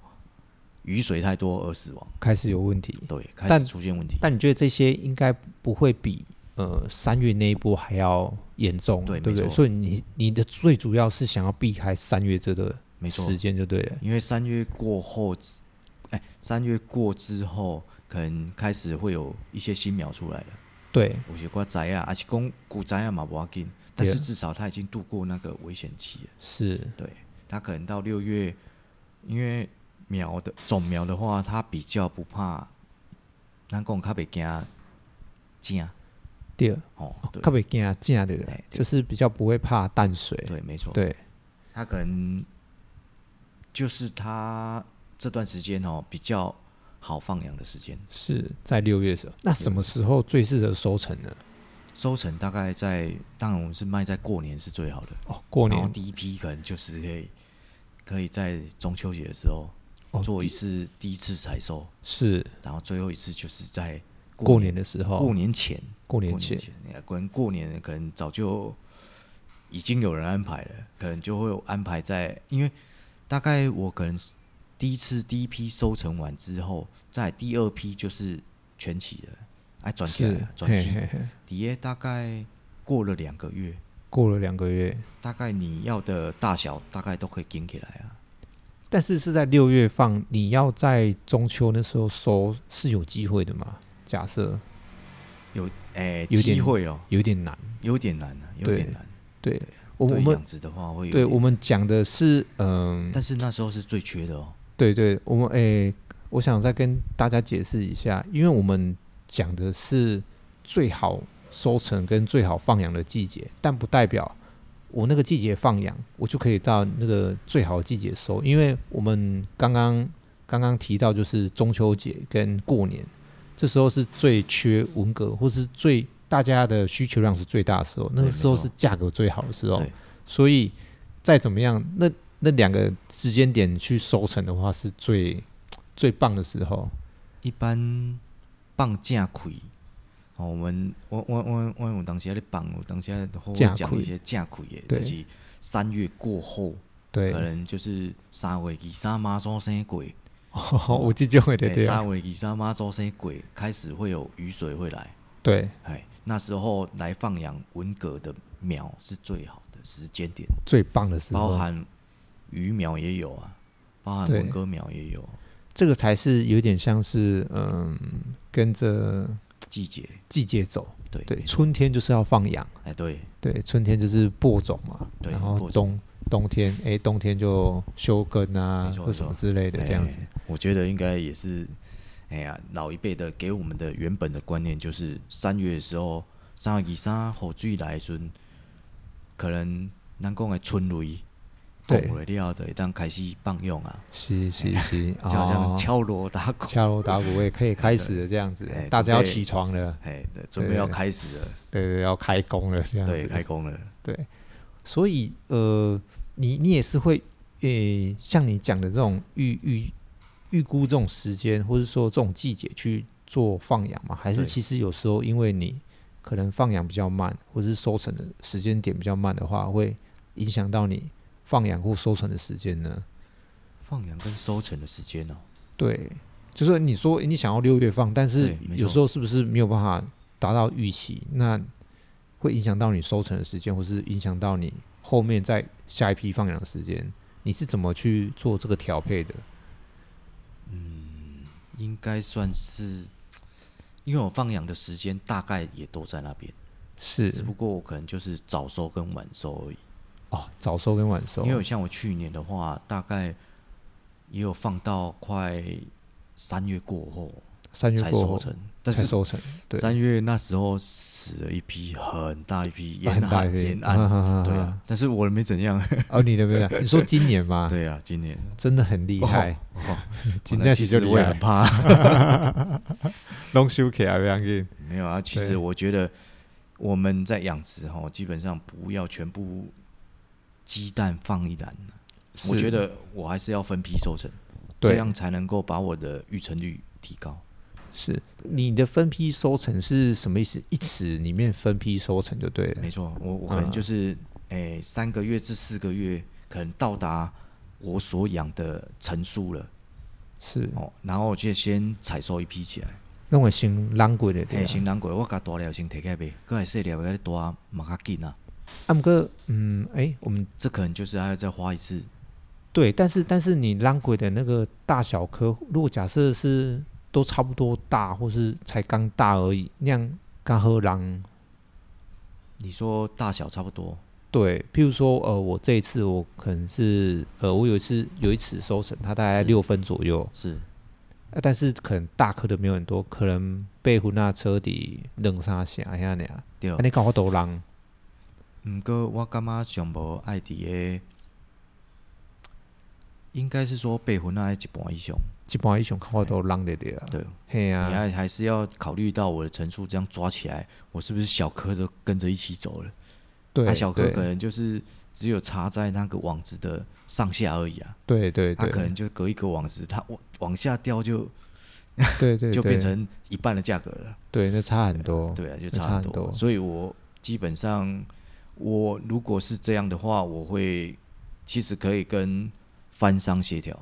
Speaker 2: 雨水太多而死亡，
Speaker 1: 开始有问题。
Speaker 2: 对，开
Speaker 1: 但
Speaker 2: 始出现问题。
Speaker 1: 但你觉得这些应该不会比呃三月那一波还要严重，
Speaker 2: 对
Speaker 1: 不
Speaker 2: 没
Speaker 1: 对？
Speaker 2: 错
Speaker 1: 所以你你的最主要是想要避开三月这个
Speaker 2: 没错嗯
Speaker 1: 时，间就对了。
Speaker 2: 因为三月过后，哎，三月过之后，可能开始会有一些新苗出来了。
Speaker 1: 对，
Speaker 2: 有些瓜仔啊，而且公古仔啊嘛不要紧，但是
Speaker 1: Yeah
Speaker 2: 至少他已经度过那个危险期了。
Speaker 1: 是
Speaker 2: 对，他可能到六月，因为苗的种苗的话，它比较不怕，咱讲较袂惊惊
Speaker 1: 第二，
Speaker 2: 哦，对
Speaker 1: 特别惊这样的
Speaker 2: 哎，对
Speaker 1: 就是比较不会怕淡水。
Speaker 2: 对，没错，
Speaker 1: 对，
Speaker 2: 他可能就是他这段时间哦比较好放养的时间，
Speaker 1: 是在六月的时候。那什么时候最适合收成呢？
Speaker 2: 收成大概在，当然我们是卖在过年是最好的。
Speaker 1: 哦，过
Speaker 2: 然后
Speaker 1: 年
Speaker 2: 第一批可能就是可以可以在中秋节的时候
Speaker 1: 哦
Speaker 2: 做一次第一次采收，
Speaker 1: 是
Speaker 2: 然后最后一次就是在
Speaker 1: 过
Speaker 2: 年
Speaker 1: 年的时候，
Speaker 2: 过年前
Speaker 1: 过
Speaker 2: 过
Speaker 1: 年
Speaker 2: 年
Speaker 1: 前
Speaker 2: 前，哎可能过年可能早就已经有人安排了，可能就会安排在，因为大概我可能是第一次第一批收成完之后，在第二批就是全起了，哎转起来
Speaker 1: 是
Speaker 2: 了转
Speaker 1: 嘿
Speaker 2: 起，
Speaker 1: 嘿嘿
Speaker 2: 底下大概过了两个月，
Speaker 1: 过了两个月，
Speaker 2: 大概你要的大小大概都可以跟起来啊。
Speaker 1: 但是是在六月放，你要在中秋那时候收是有机会的嘛？假设
Speaker 2: 有诶，
Speaker 1: 有点
Speaker 2: 机会哦，
Speaker 1: 有点难，
Speaker 2: 有点难啊，有
Speaker 1: 对
Speaker 2: 点难。
Speaker 1: 对我
Speaker 2: 对
Speaker 1: 我们
Speaker 2: 养殖的话会有
Speaker 1: 对
Speaker 2: 点
Speaker 1: 我们讲的是嗯，
Speaker 2: 但是那时候是最缺的哦。
Speaker 1: 对对，我们诶、我想再跟大家解释一下，因为我们讲的是最好收成跟最好放养的季节，但不代表我那个季节放养，我就可以到那个最好的季节收，因为我们刚刚刚刚提到就是中秋节跟过年，这时候是最缺文革，或是最大家的需求量是最大的时候，那个
Speaker 2: 对没
Speaker 1: 时候
Speaker 2: 错
Speaker 1: 是价格最好的时候
Speaker 2: 对，
Speaker 1: 所以再怎么样，那那两个时间点去收成的话，是最最棒的时候。
Speaker 2: 一般放假亏哦，我们我我我我有当时咧放，有当时咧会
Speaker 1: 假
Speaker 2: 讲
Speaker 1: 亏
Speaker 2: 一些假亏的，
Speaker 1: 对
Speaker 2: 就是三月过后，
Speaker 1: 对
Speaker 2: 可，能就是三月二三妈祖生鬼，
Speaker 1: 哦， [LAUGHS] 我记就会的，
Speaker 2: 哎
Speaker 1: 对啊
Speaker 2: 三月二三妈祖生鬼开始会有雨水会来，
Speaker 1: 对，
Speaker 2: 哎，那时候来放养文蛤的苗是最好的时间点。
Speaker 1: 最棒的时
Speaker 2: 包
Speaker 1: 候，
Speaker 2: 含鱼苗也有啊，包含
Speaker 1: 对
Speaker 2: 文哥苗也有，
Speaker 1: 这个才是有点像是嗯，跟着
Speaker 2: 季节
Speaker 1: 季节走。
Speaker 2: 对
Speaker 1: 对，春天就是要放羊，
Speaker 2: 哎对
Speaker 1: 对，春天就是播种嘛，
Speaker 2: 对
Speaker 1: 然后
Speaker 2: 播
Speaker 1: 冬冬天，哎，冬天就休耕啊
Speaker 2: 没，错
Speaker 1: 或什么
Speaker 2: 没
Speaker 1: 之类的，这样子。
Speaker 2: 哎我觉得应该也是，哎呀，老一辈的给我们的原本的观念就是三月的时候，三月二三雨水来的时阵，可能咱讲的春雷。
Speaker 1: 对
Speaker 2: 讲完了就会当开始放用啊，
Speaker 1: 是是是，
Speaker 2: 就好像
Speaker 1: 哦
Speaker 2: 敲锣打鼓，
Speaker 1: 敲锣打鼓也可以开始了，这样子
Speaker 2: 哎，
Speaker 1: 大家要
Speaker 2: 准备
Speaker 1: 起床了，
Speaker 2: 哎，对准备要开始了，
Speaker 1: 对对，要开工了，这样
Speaker 2: 对，
Speaker 1: 子。
Speaker 2: 开工了，
Speaker 1: 对，所以呃，你你也是会诶、像你讲的这种预预预估这种时间，或者说这种季节去做放养吗？还是
Speaker 2: 对
Speaker 1: 其实有时候因为你可能放养比较慢，或者是收成的时间点比较慢的话，会影响到你放养或收成的时间呢？
Speaker 2: 放羊跟收成的时间哦，
Speaker 1: 对，就是你说诶你想要六月放，但是
Speaker 2: 对没
Speaker 1: 有
Speaker 2: 错
Speaker 1: 时候是不是没有办法达到预期？那会影响到你收成的时间，或是影响到你后面再下一批放养的时间。你是怎么去做这个调配的？
Speaker 2: 应该算是，因为我放养的时间大概也都在那边，
Speaker 1: 是
Speaker 2: 只不过我可能就是早收跟晚收而已。
Speaker 1: 哦，早收跟晚收
Speaker 2: 因为像我去年的话，大概也有放到快三月过后
Speaker 1: 三月
Speaker 2: 才
Speaker 1: 过
Speaker 2: 收
Speaker 1: 后
Speaker 2: 成，但
Speaker 1: 才
Speaker 2: 是
Speaker 1: 收成，对，
Speaker 2: 三月那时候死了一批很大一批
Speaker 1: [LAUGHS] 很
Speaker 2: 沿
Speaker 1: 大
Speaker 2: 海
Speaker 1: 一片
Speaker 2: 沿
Speaker 1: 哈
Speaker 2: 岸，
Speaker 1: 哈 [LAUGHS] 哈哈
Speaker 2: 对啊，但是我没怎样，
Speaker 1: 哦，你的没有？你说今年吗？
Speaker 2: [LAUGHS] 对啊，今年
Speaker 1: 真的很厉害，
Speaker 2: 哦哦
Speaker 1: 今
Speaker 2: 那
Speaker 1: 年
Speaker 2: 其
Speaker 1: 就
Speaker 2: 实
Speaker 1: 厉
Speaker 2: 我也
Speaker 1: 害
Speaker 2: 很，怕。
Speaker 1: 拢收起来不要紧。
Speaker 2: 没有啊，其
Speaker 1: 对
Speaker 2: 实我觉得我们在养殖哈，基本上不要全部鸡蛋放一篮。我
Speaker 1: 是
Speaker 2: 觉得我还是要分批收成，
Speaker 1: 对
Speaker 2: 这样才能够把我的育成率提高。
Speaker 1: 是你的分批收成是什么意思？一尺里面分批收成就对了嗯
Speaker 2: 没。错，我我可能就是诶、三个月至四个月，可能到达我所养的成数了
Speaker 1: 是，
Speaker 2: 哦，然后我就先采收一批起来。
Speaker 1: 那我先浪过的对
Speaker 2: 诶，
Speaker 1: 啊。
Speaker 2: 新人过我甲大了先摕起来卖，搁系细粒个大嘛较紧啊，
Speaker 1: 啊，不过嗯，哎、我们
Speaker 2: 这可能就是还要再花一次
Speaker 1: 对，但是但是你浪鬼的那个大小颗，如果假设是都差不多大，或是才刚大而已，那样刚喝狼。
Speaker 2: 你说大小差不多，
Speaker 1: 对，譬如说，呃，我这一次我可能是，呃，我有一次有一尺收成，它大概
Speaker 2: 是
Speaker 1: 六分左右，
Speaker 2: 是
Speaker 1: 啊但是可能大颗的没有很多，可能被胡那车底冷沙下呀那样，啊
Speaker 2: 对
Speaker 1: 啊。你搞我都浪。
Speaker 2: 毋过我感觉上无爱伫个应该是说被混爱一半以上，
Speaker 1: 基本上一熊看话都浪得的啊，
Speaker 2: 对，
Speaker 1: 嘿
Speaker 2: 你
Speaker 1: 啊，
Speaker 2: 还还是要考虑到我的层数这样抓起来，我是不是小颗都跟着一起走了？
Speaker 1: 对，
Speaker 2: 啊、小颗
Speaker 1: 对
Speaker 2: 可能就是只有插在那个网子的上下而已啊，
Speaker 1: 对对
Speaker 2: 它
Speaker 1: 对，
Speaker 2: 可能就隔一个网子，它往往下掉就
Speaker 1: 对对
Speaker 2: [LAUGHS] 就变
Speaker 1: 对
Speaker 2: 成一半的价格了。
Speaker 1: 对，那差很多，
Speaker 2: 对啊，就
Speaker 1: 哦那
Speaker 2: 差
Speaker 1: 差
Speaker 2: 很
Speaker 1: 很
Speaker 2: 多。
Speaker 1: 多
Speaker 2: 所以我基本上，我如果是这样的话，我会其实可以跟翻商协调，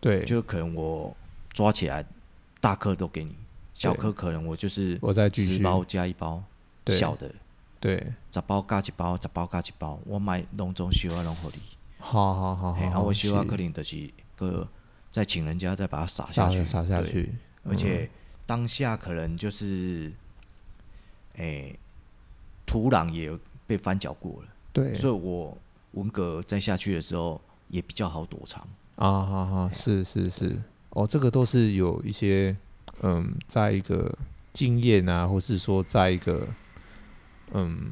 Speaker 1: 对，
Speaker 2: 就可能我抓起来大颗都给你，小
Speaker 1: 对
Speaker 2: 颗可能我就是
Speaker 1: 我再继
Speaker 2: 十
Speaker 1: 续，
Speaker 2: 包加一包，
Speaker 1: 对
Speaker 2: 小的
Speaker 1: 对，
Speaker 2: 十包加一包，十包加一包，我买拢总小啊拢合理。
Speaker 1: 好好好
Speaker 2: 嘿，
Speaker 1: 好
Speaker 2: 啊，
Speaker 1: 好，
Speaker 2: 我小啊
Speaker 1: 哦是
Speaker 2: 可能就是个再请人家再把它撒
Speaker 1: 撒
Speaker 2: 下去，
Speaker 1: 撒下
Speaker 2: 对
Speaker 1: 去，
Speaker 2: 而
Speaker 1: 嗯
Speaker 2: 且当下可能就是，诶、土壤也有被翻搅过了，
Speaker 1: 对，
Speaker 2: 所以我文革再下去的时候也比较好躲藏。
Speaker 1: 啊，好好，是是是，哦，这个都是有一些，嗯，在一个经验啊，或是说在一个，嗯，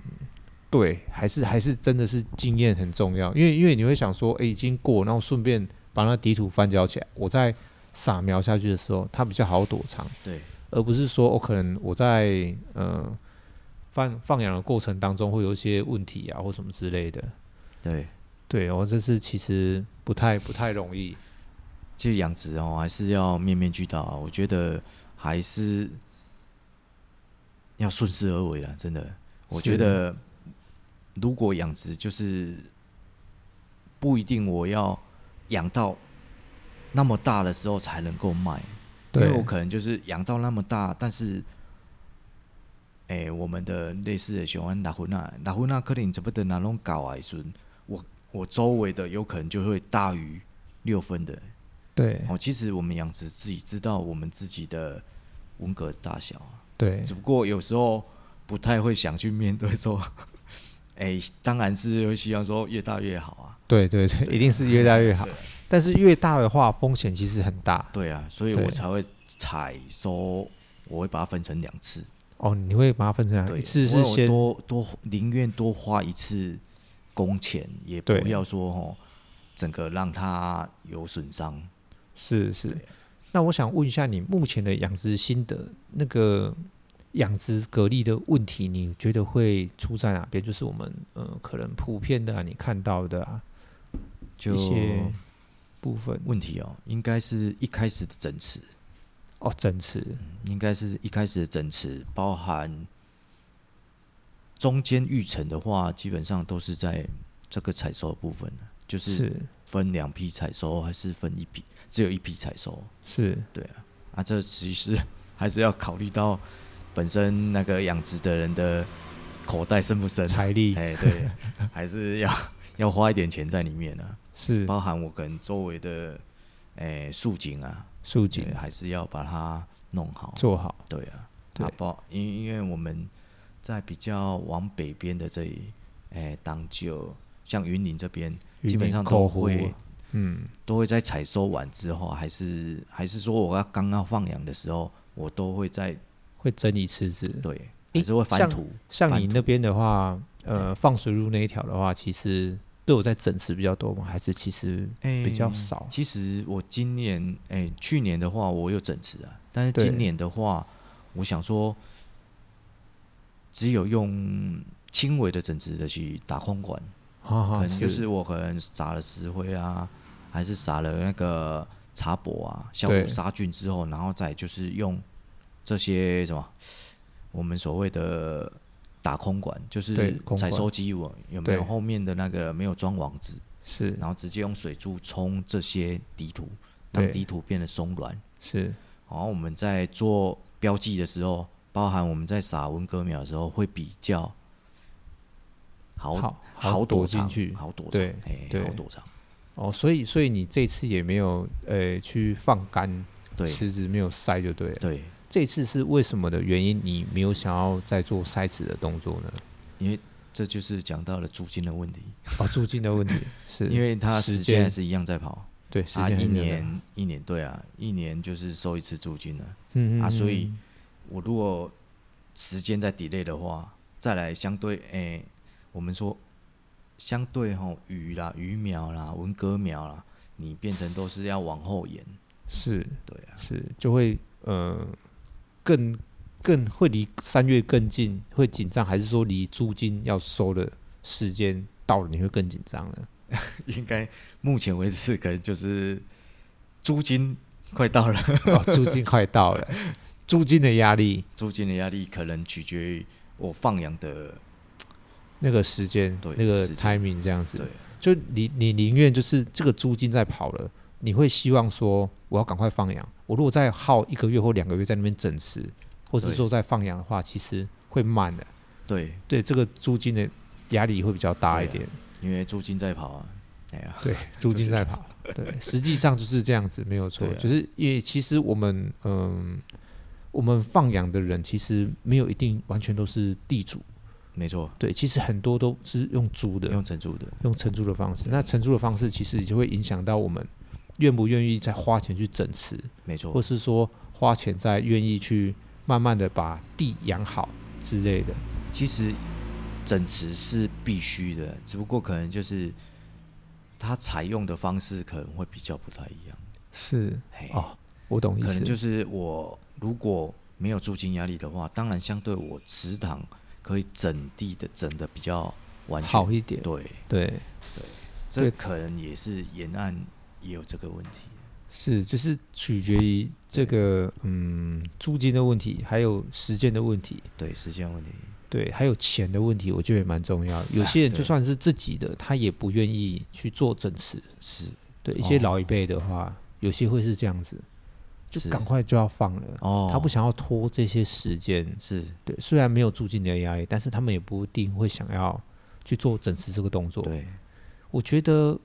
Speaker 1: 对，还是还是真的是经验很重要，因为因为你会想说，诶，已经过，然后顺便把那底土翻搅起来，我在撒苗下去的时候，它比较好躲藏，
Speaker 2: 对，
Speaker 1: 而不是说我、哦可能我在呃放放养的过程当中会有一些问题啊，或什么之类的。
Speaker 2: 对，
Speaker 1: 对，我、哦、这是其实不太不太容易。
Speaker 2: 其实养殖哦还是要面面俱到啊，我觉得还是要顺势而为啊，真的。我
Speaker 1: 是啊
Speaker 2: 觉得如果养殖就是不一定我要养到那么大的时候才能够卖。因
Speaker 1: 对，
Speaker 2: 为我可能就是养到那么大，但是，哎、我们的类似的熊安拉胡纳，拉胡纳克林怎么的拿弄搞啊？孙，我我周围的有可能就会大于六分的。
Speaker 1: 对
Speaker 2: 哦，其实我们养殖自己知道我们自己的文革大小啊，
Speaker 1: 对
Speaker 2: 只不过有时候不太会想去面对说， [LAUGHS] 哎、当然是会希望说越大越好啊。
Speaker 1: 对对对，一定是越大越好。但是越大的话，风险其实很大
Speaker 2: 对啊，所以
Speaker 1: 对
Speaker 2: 我才会采收，我会把它分成两次。
Speaker 1: 哦。你会把它分成两
Speaker 2: 对，
Speaker 1: 一次
Speaker 2: 我
Speaker 1: 是
Speaker 2: 有
Speaker 1: 先
Speaker 2: 多多宁愿多花一次工钱，也不
Speaker 1: 对
Speaker 2: 要说哦，整个让它有损伤。
Speaker 1: 是是
Speaker 2: 对。
Speaker 1: 那我想问一下，你目前的养殖心得，那个养殖蛤蜊的问题，你觉得会出在哪边？就是我们呃，可能普遍的、啊、你看到的啊，
Speaker 2: 就
Speaker 1: 一些部分
Speaker 2: 问题哦，应该是一开始的整池，
Speaker 1: 哦，整池
Speaker 2: 应该是一开始的整池包含中间育成的话，基本上都是在这个采收的部分，就是
Speaker 1: 是
Speaker 2: 分两批采收还是分一批，只有一批采收。
Speaker 1: 是
Speaker 2: 对啊，啊，这其实还是要考虑到本身那个养殖的人的口袋深不深、啊，
Speaker 1: 财力
Speaker 2: 哎，对，还是要要花一点钱在里面呢、
Speaker 1: 是
Speaker 2: 包含我可能周围的哎树景啊，
Speaker 1: 树
Speaker 2: 对
Speaker 1: 井
Speaker 2: 还是要把它弄好。
Speaker 1: 做好
Speaker 2: 对啊，
Speaker 1: 对
Speaker 2: 啊包，因因为我们在比较往北边的这里，哎，当就像云林这边，
Speaker 1: 云
Speaker 2: 基本
Speaker 1: 林
Speaker 2: 上都
Speaker 1: 口湖
Speaker 2: 会
Speaker 1: 嗯
Speaker 2: 都会在采收完之后，还是还是说我要刚要放养的时候，我都会在
Speaker 1: 会整理池子。
Speaker 2: 对，
Speaker 1: 诶
Speaker 2: 还是会翻土，
Speaker 1: 像
Speaker 2: 翻
Speaker 1: 你
Speaker 2: 土
Speaker 1: 那边的话，呃，放水路那一条的话，其实都有在整池比较多吗？还是其实
Speaker 2: 哎
Speaker 1: 比较少？
Speaker 2: 其实我今年哎、去年的话我有整池啊，但是
Speaker 1: 对
Speaker 2: 今年的话，我想说只有用轻微的整池的去打空管，
Speaker 1: 啊哈
Speaker 2: 可
Speaker 1: 哈，
Speaker 2: 能就是我可能撒了石灰啊，还是撒了那个茶柏啊，消
Speaker 1: 对
Speaker 2: 毒杀菌之后，然后再就是用这些什么我们所谓的打空管，就
Speaker 1: 对
Speaker 2: 是
Speaker 1: 空管
Speaker 2: 采收机我有没
Speaker 1: 对
Speaker 2: 有后面的那个没有装网子，
Speaker 1: 是
Speaker 2: 然后直接用水柱冲这些底土，让
Speaker 1: 对
Speaker 2: 底土变得松软。
Speaker 1: 是
Speaker 2: 然后我们在做标记的时候，包含我们在撒文革苗的时候，会比较好
Speaker 1: 好
Speaker 2: 好
Speaker 1: 躲进
Speaker 2: 藏
Speaker 1: 去
Speaker 2: 好躲藏，
Speaker 1: 对
Speaker 2: 哎
Speaker 1: 对
Speaker 2: 好躲藏，
Speaker 1: 哦，所以所以你这次也没有呃去放干
Speaker 2: 对
Speaker 1: 池子，没有塞就对了。
Speaker 2: 对，
Speaker 1: 这次是为什么的原因？你没有想要再做塞池的动作呢？
Speaker 2: 因为这就是讲到了租金的问题，
Speaker 1: [LAUGHS] 哦，租金的问题 [LAUGHS] 是
Speaker 2: 因为它
Speaker 1: 时
Speaker 2: 时间还
Speaker 1: 间
Speaker 2: 是一样在跑，
Speaker 1: 对时
Speaker 2: 啊，
Speaker 1: 间
Speaker 2: 一
Speaker 1: 很久的
Speaker 2: 年一年对啊，一年就是收一次租金了。
Speaker 1: 嗯嗯
Speaker 2: 啊所
Speaker 1: 嗯
Speaker 2: 以
Speaker 1: 嗯
Speaker 2: 我如果时间再 delay 的话，再来相对诶、我们说相对吼鱼啦、鱼苗啦、文革苗啦，你变成都是要往后延，
Speaker 1: 嗯是
Speaker 2: 对啊，
Speaker 1: 是，就会呃更更会离三月更近，会紧张，还是说离租金要收的时间到了，你会更紧张
Speaker 2: [LAUGHS]
Speaker 1: 了？
Speaker 2: [LAUGHS] 应该目前为止可能就是租金快到了， [LAUGHS]
Speaker 1: 哦，租金快到了，租金的压力，
Speaker 2: 租金的压力可能取决于我放养的，
Speaker 1: 那个时间，
Speaker 2: 对
Speaker 1: 那个
Speaker 2: 时间
Speaker 1: timing 这样子
Speaker 2: 对，
Speaker 1: 就你你宁愿就是这个租金在跑了，你会希望说我要赶快放养。我如果再耗一个月或两个月在那边整池，或是
Speaker 2: 对
Speaker 1: 说再放养的话，其实会慢的。
Speaker 2: 对，
Speaker 1: 对，这个租金的压力会比较大一
Speaker 2: 对啊
Speaker 1: 点。
Speaker 2: 因为租金在跑啊，哎呀、 [LAUGHS]
Speaker 1: 对，租金在跑。对，实际上就是这样子，没有错。
Speaker 2: 对啊
Speaker 1: 就是因为其实我们嗯，我们放养的人其实没有一定完全都是地主。
Speaker 2: 没错，
Speaker 1: 对，其实很多都是用租的，
Speaker 2: 用承租的，
Speaker 1: 用承租的方式。那承租的方式其实也就会影响到我们愿不愿意再花钱去整池，
Speaker 2: 没错
Speaker 1: 或，是说花钱再愿意去慢慢的把地养好之类的。
Speaker 2: 其实整池是必须的，只不过可能就是它采用的方式可能会比较不太一样。
Speaker 1: 是
Speaker 2: 嘿，
Speaker 1: 哦，我懂意思，
Speaker 2: 可能就是我如果没有租金压力的话，当然相对我池塘可以整地的整的比较完全。
Speaker 1: 好一点。
Speaker 2: 对，
Speaker 1: 对，
Speaker 2: 这
Speaker 1: 对
Speaker 2: 可能也是沿岸也有这个问题。
Speaker 1: 是就是取决于这个嗯租金的问题，还有时间的问题。
Speaker 2: 对，时间问题。
Speaker 1: 对，还有钱的问题，我觉得也蛮重要的。有些人就
Speaker 2: 啊对
Speaker 1: 算是自己的，他也不愿意去做整池。
Speaker 2: 是
Speaker 1: 对一些
Speaker 2: 哦
Speaker 1: 老一辈的话，有些会是这样子，就是赶快就要放了，
Speaker 2: 哦，
Speaker 1: 他不想要拖这些时间。
Speaker 2: 是
Speaker 1: 对，虽然没有住进你的压力，但是他们也不一定会想要去做整池这个动作。
Speaker 2: 对，
Speaker 1: 我觉得，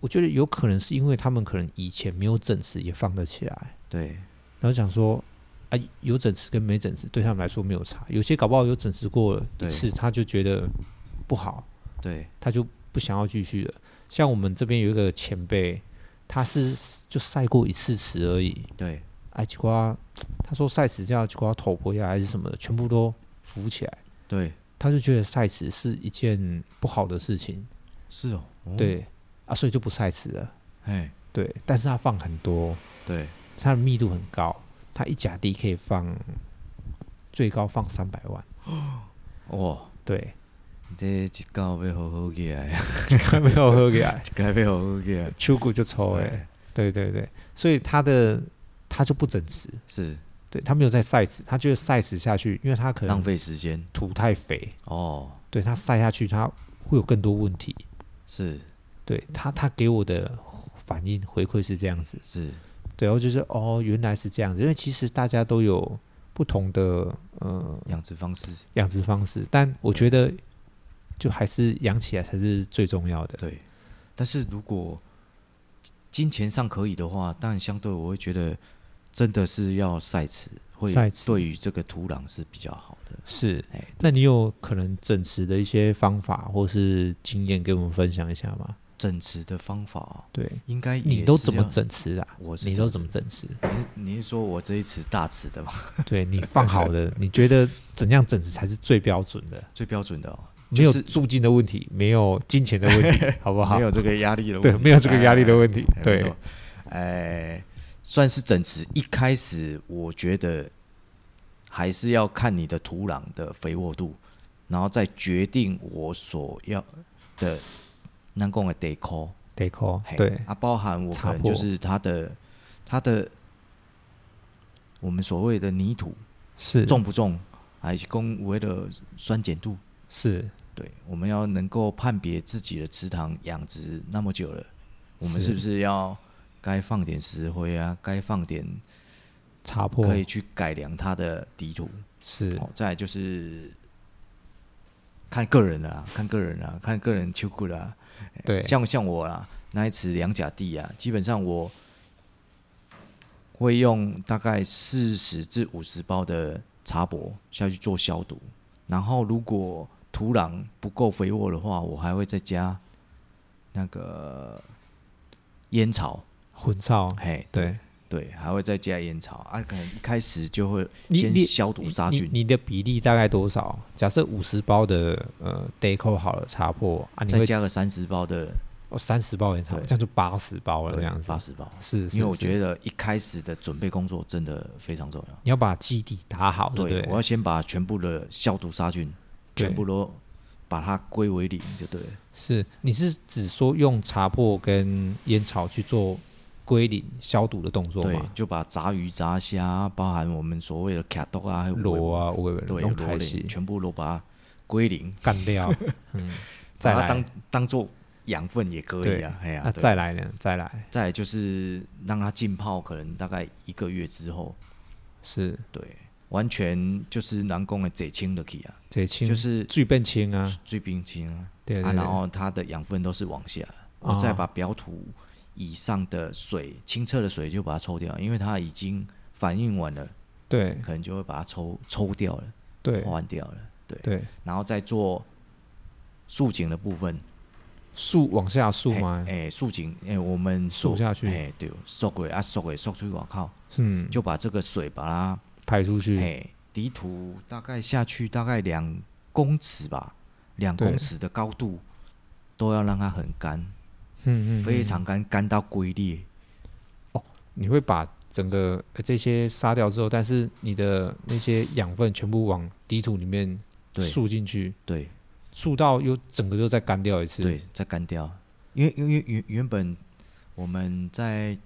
Speaker 1: 我觉得有可能是因为他们可能以前没有整池也放得起来，
Speaker 2: 对，
Speaker 1: 然后想说。啊，有整池跟没整池对他们来说没有差，有些搞不好有整池过了一
Speaker 2: 对
Speaker 1: 次，他就觉得不好，
Speaker 2: 对，
Speaker 1: 他就不想要继续了。像我们这边有一个前辈，他是就晒过一次池而已，
Speaker 2: 对，
Speaker 1: 哎，结果他他说晒池这样，结果他头破下来还是什么的，全部都浮起来。
Speaker 2: 对，
Speaker 1: 他就觉得晒池是一件不好的事情，
Speaker 2: 是哦。哦，
Speaker 1: 对啊，所以就不晒池了。
Speaker 2: 哎，
Speaker 1: 对，但是他放很多，
Speaker 2: 对，
Speaker 1: 它的密度很高，他一甲地可以放最高放三百万。
Speaker 2: 哇，
Speaker 1: [LAUGHS] 对，
Speaker 2: 你这一搞要好好起来， [LAUGHS]
Speaker 1: 还没有喝给来，
Speaker 2: 一搞要好好起来。
Speaker 1: [LAUGHS] 秋谷就抽哎、
Speaker 2: 对
Speaker 1: 对对对，所以他的他就不整池，
Speaker 2: 是
Speaker 1: 对他没有在晒池，他觉得晒池下去，因为他可
Speaker 2: 浪
Speaker 1: 能
Speaker 2: 费时间
Speaker 1: 土太肥，
Speaker 2: 哦，
Speaker 1: 对他晒下去，他会有更多问题。
Speaker 2: 是
Speaker 1: 对他，他给我的反应回馈是这样子。
Speaker 2: 是，
Speaker 1: 对，我就是哦，原来是这样子，因为其实大家都有不同的呃
Speaker 2: 养殖方式
Speaker 1: 养殖方式，但我觉得就还是养起来才是最重要的。
Speaker 2: 对，但是如果金金钱上可以的话，当然相对我会觉得真的是要晒池，会
Speaker 1: 晒池
Speaker 2: 对于这个土壤是比较好的。
Speaker 1: 是
Speaker 2: 哎，
Speaker 1: 那你有可能整池的一些方法或是经验给我们分享一下吗？
Speaker 2: 整池的方法哦、
Speaker 1: 对，
Speaker 2: 应该也
Speaker 1: 你都
Speaker 2: 是
Speaker 1: 怎么
Speaker 2: 要？
Speaker 1: 整池啊？
Speaker 2: 我是
Speaker 1: 你都
Speaker 2: 整
Speaker 1: 怎么整池？
Speaker 2: 你你是说我这一池大池的吗？
Speaker 1: 对你放好
Speaker 2: [LAUGHS]
Speaker 1: 的，你觉得怎样整池才是最标准的？
Speaker 2: 最标准的、哦，
Speaker 1: 没有
Speaker 2: 就是
Speaker 1: 租金的问题，没有金钱的问
Speaker 2: [LAUGHS]
Speaker 1: 题，好不好？
Speaker 2: 没有这个压力的问
Speaker 1: [LAUGHS] 对，
Speaker 2: 题
Speaker 1: 没有这个压力的问题
Speaker 2: 哎。没
Speaker 1: 对
Speaker 2: 错，哎，算是整池。一开始我觉得还是要看你的土壤的肥沃度，然后再决定我所要的南宫的 deco。
Speaker 1: ，deco，
Speaker 2: 嘿
Speaker 1: 对，
Speaker 2: 啊，包含我可
Speaker 1: 插
Speaker 2: 能
Speaker 1: 破
Speaker 2: 就是它的它的我们所谓的泥土
Speaker 1: 是
Speaker 2: 重不重，还是公为的酸碱度。
Speaker 1: 是
Speaker 2: 对，我们要能够判别自己的池塘养殖那么久了，我们
Speaker 1: 是
Speaker 2: 是不是要该放点石灰啊？该放点
Speaker 1: 插破
Speaker 2: 可，以去改良它的底土。
Speaker 1: 是
Speaker 2: 好、再来就是看个人啦、看个人啦、啊看个人秋裤啦。
Speaker 1: 对，
Speaker 2: 哎像像我啦，那一池两甲地啊，基本上我会用大概四十至五十包的茶柏下去做消毒，然后如果土壤不够肥沃的话，我还会再加那个烟草，
Speaker 1: 混造，
Speaker 2: 嘿，
Speaker 1: 对，
Speaker 2: 对，还会再加烟草啊，可能一开始就会
Speaker 1: 你
Speaker 2: 先
Speaker 1: 你
Speaker 2: 消毒杀
Speaker 1: 你
Speaker 2: 菌，
Speaker 1: 你的比例大概多少？假设五十包的呃 deco 好了，插破啊，你
Speaker 2: 再
Speaker 1: 会
Speaker 2: 加个三十包的
Speaker 1: 哦，三十包也差不多，
Speaker 2: 对
Speaker 1: 这样就八十包了，这样子
Speaker 2: 八。十包，
Speaker 1: 是，
Speaker 2: 因为我觉
Speaker 1: 得
Speaker 2: 得一开始的准备工作真的非常重要。
Speaker 1: 你要把基底打好，对不
Speaker 2: 对，
Speaker 1: 哦对？
Speaker 2: 我要先把全部的消毒杀菌，
Speaker 1: 对
Speaker 2: 全部都把它归为零，就对了。
Speaker 1: 是，你是只说用茶粕跟烟草去做归零消毒的动作
Speaker 2: 对
Speaker 1: 吗，？
Speaker 2: 就把杂鱼杂虾，包含我们所谓的卡豆啊，还有
Speaker 1: 螺啊，我以为
Speaker 2: 对，
Speaker 1: 用
Speaker 2: 螺
Speaker 1: 台
Speaker 2: 类
Speaker 1: 戏
Speaker 2: 全部都把它归零，
Speaker 1: 干
Speaker 2: [LAUGHS]
Speaker 1: 掉，嗯，再
Speaker 2: 把
Speaker 1: 来
Speaker 2: 它当当做养分也可以啊。哎呀
Speaker 1: 啊，，
Speaker 2: 对
Speaker 1: 再来呢，再来
Speaker 2: 再来就是让它浸泡，可能大概一个月之后，
Speaker 1: 是
Speaker 2: 对，完全就是南宫的贼清的 key 啊，
Speaker 1: 这清，
Speaker 2: 就是
Speaker 1: 最变清啊，
Speaker 2: 最冰清啊，
Speaker 1: 对
Speaker 2: 啊，
Speaker 1: 对对，
Speaker 2: 然后它的养分都是往下，
Speaker 1: 哦
Speaker 2: 我再把表土以上的水清澈的水就把它抽掉，因为它已经反应完了，
Speaker 1: 对
Speaker 2: 可能就会把它抽抽掉了，
Speaker 1: 对
Speaker 2: 换掉了，对，
Speaker 1: 对，
Speaker 2: 然后再做竖井的部分，
Speaker 1: 树往下树
Speaker 2: 嘿
Speaker 1: 吗？
Speaker 2: 哎，竖井，哎，我们
Speaker 1: 竖
Speaker 2: 说
Speaker 1: 下去
Speaker 2: 哎，对，缩鬼啊，缩鬼缩出去，我靠，
Speaker 1: 嗯，
Speaker 2: 就把这个水把它，
Speaker 1: 排出去，
Speaker 2: 哎，底土大概下去大概两公尺吧，两
Speaker 1: 对
Speaker 2: 公尺的高度。都要让它很干，
Speaker 1: 嗯嗯，
Speaker 2: 非
Speaker 1: 嗯
Speaker 2: 常干，干到龟裂。
Speaker 1: 你会把整个呃这些杀掉之后，但是你的那些养分全部往底土里面
Speaker 2: 对
Speaker 1: 输进去，
Speaker 2: 对
Speaker 1: 输到又整个又再干掉一次。
Speaker 2: 对，再干掉，因为因为原原本我们在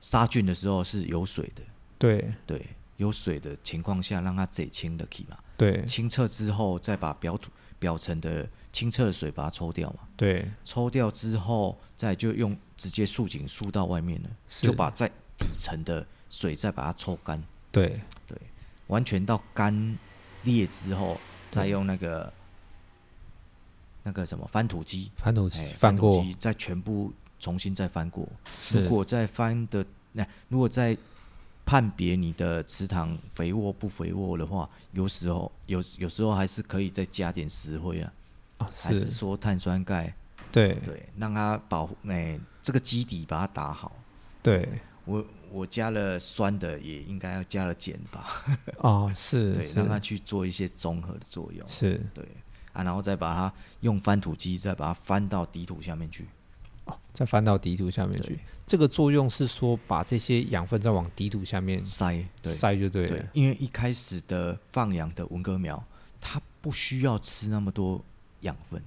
Speaker 2: 杀菌的时候是有水的，
Speaker 1: 对
Speaker 2: 对，有水的情况下让它贼清的起嘛，
Speaker 1: 对
Speaker 2: 清澈之后再把表土表层的清澈的水把它抽掉嘛，
Speaker 1: 对，
Speaker 2: 抽掉之后再就用直接束紧束到外面了，
Speaker 1: 是
Speaker 2: 就把在底层的水再把它抽干，
Speaker 1: 对
Speaker 2: 对，完全到干裂之后，再
Speaker 1: 对
Speaker 2: 用那个那个什么翻土机，
Speaker 1: 翻土
Speaker 2: 哎
Speaker 1: 机
Speaker 2: 翻
Speaker 1: 翻
Speaker 2: 土
Speaker 1: 过
Speaker 2: 机再全部重新再翻过。
Speaker 1: 是
Speaker 2: 如果再翻的那、如果再判别你的池塘肥沃不肥沃的话，有时候有有时候还是可以再加点石灰啊，
Speaker 1: 啊
Speaker 2: 还是
Speaker 1: 是，
Speaker 2: 说碳酸钙，
Speaker 1: 对
Speaker 2: 对，让它保护哎、这个基底把它打好。
Speaker 1: 对
Speaker 2: 我我加了酸的，也应该要加了碱吧，
Speaker 1: 啊是
Speaker 2: 对，让它
Speaker 1: 是
Speaker 2: 去做一些综合的作用，
Speaker 1: 是
Speaker 2: 对啊，然后再把它用翻土机再把它翻到底土下面去，
Speaker 1: 哦，再翻到底土下面去
Speaker 2: 对。，
Speaker 1: 这个作用是说把这些养分再往底土下面
Speaker 2: 塞，对，
Speaker 1: 塞就对
Speaker 2: 对
Speaker 1: 了，，
Speaker 2: 因为一开始的放养的文革苗，它不需要吃那么多养分，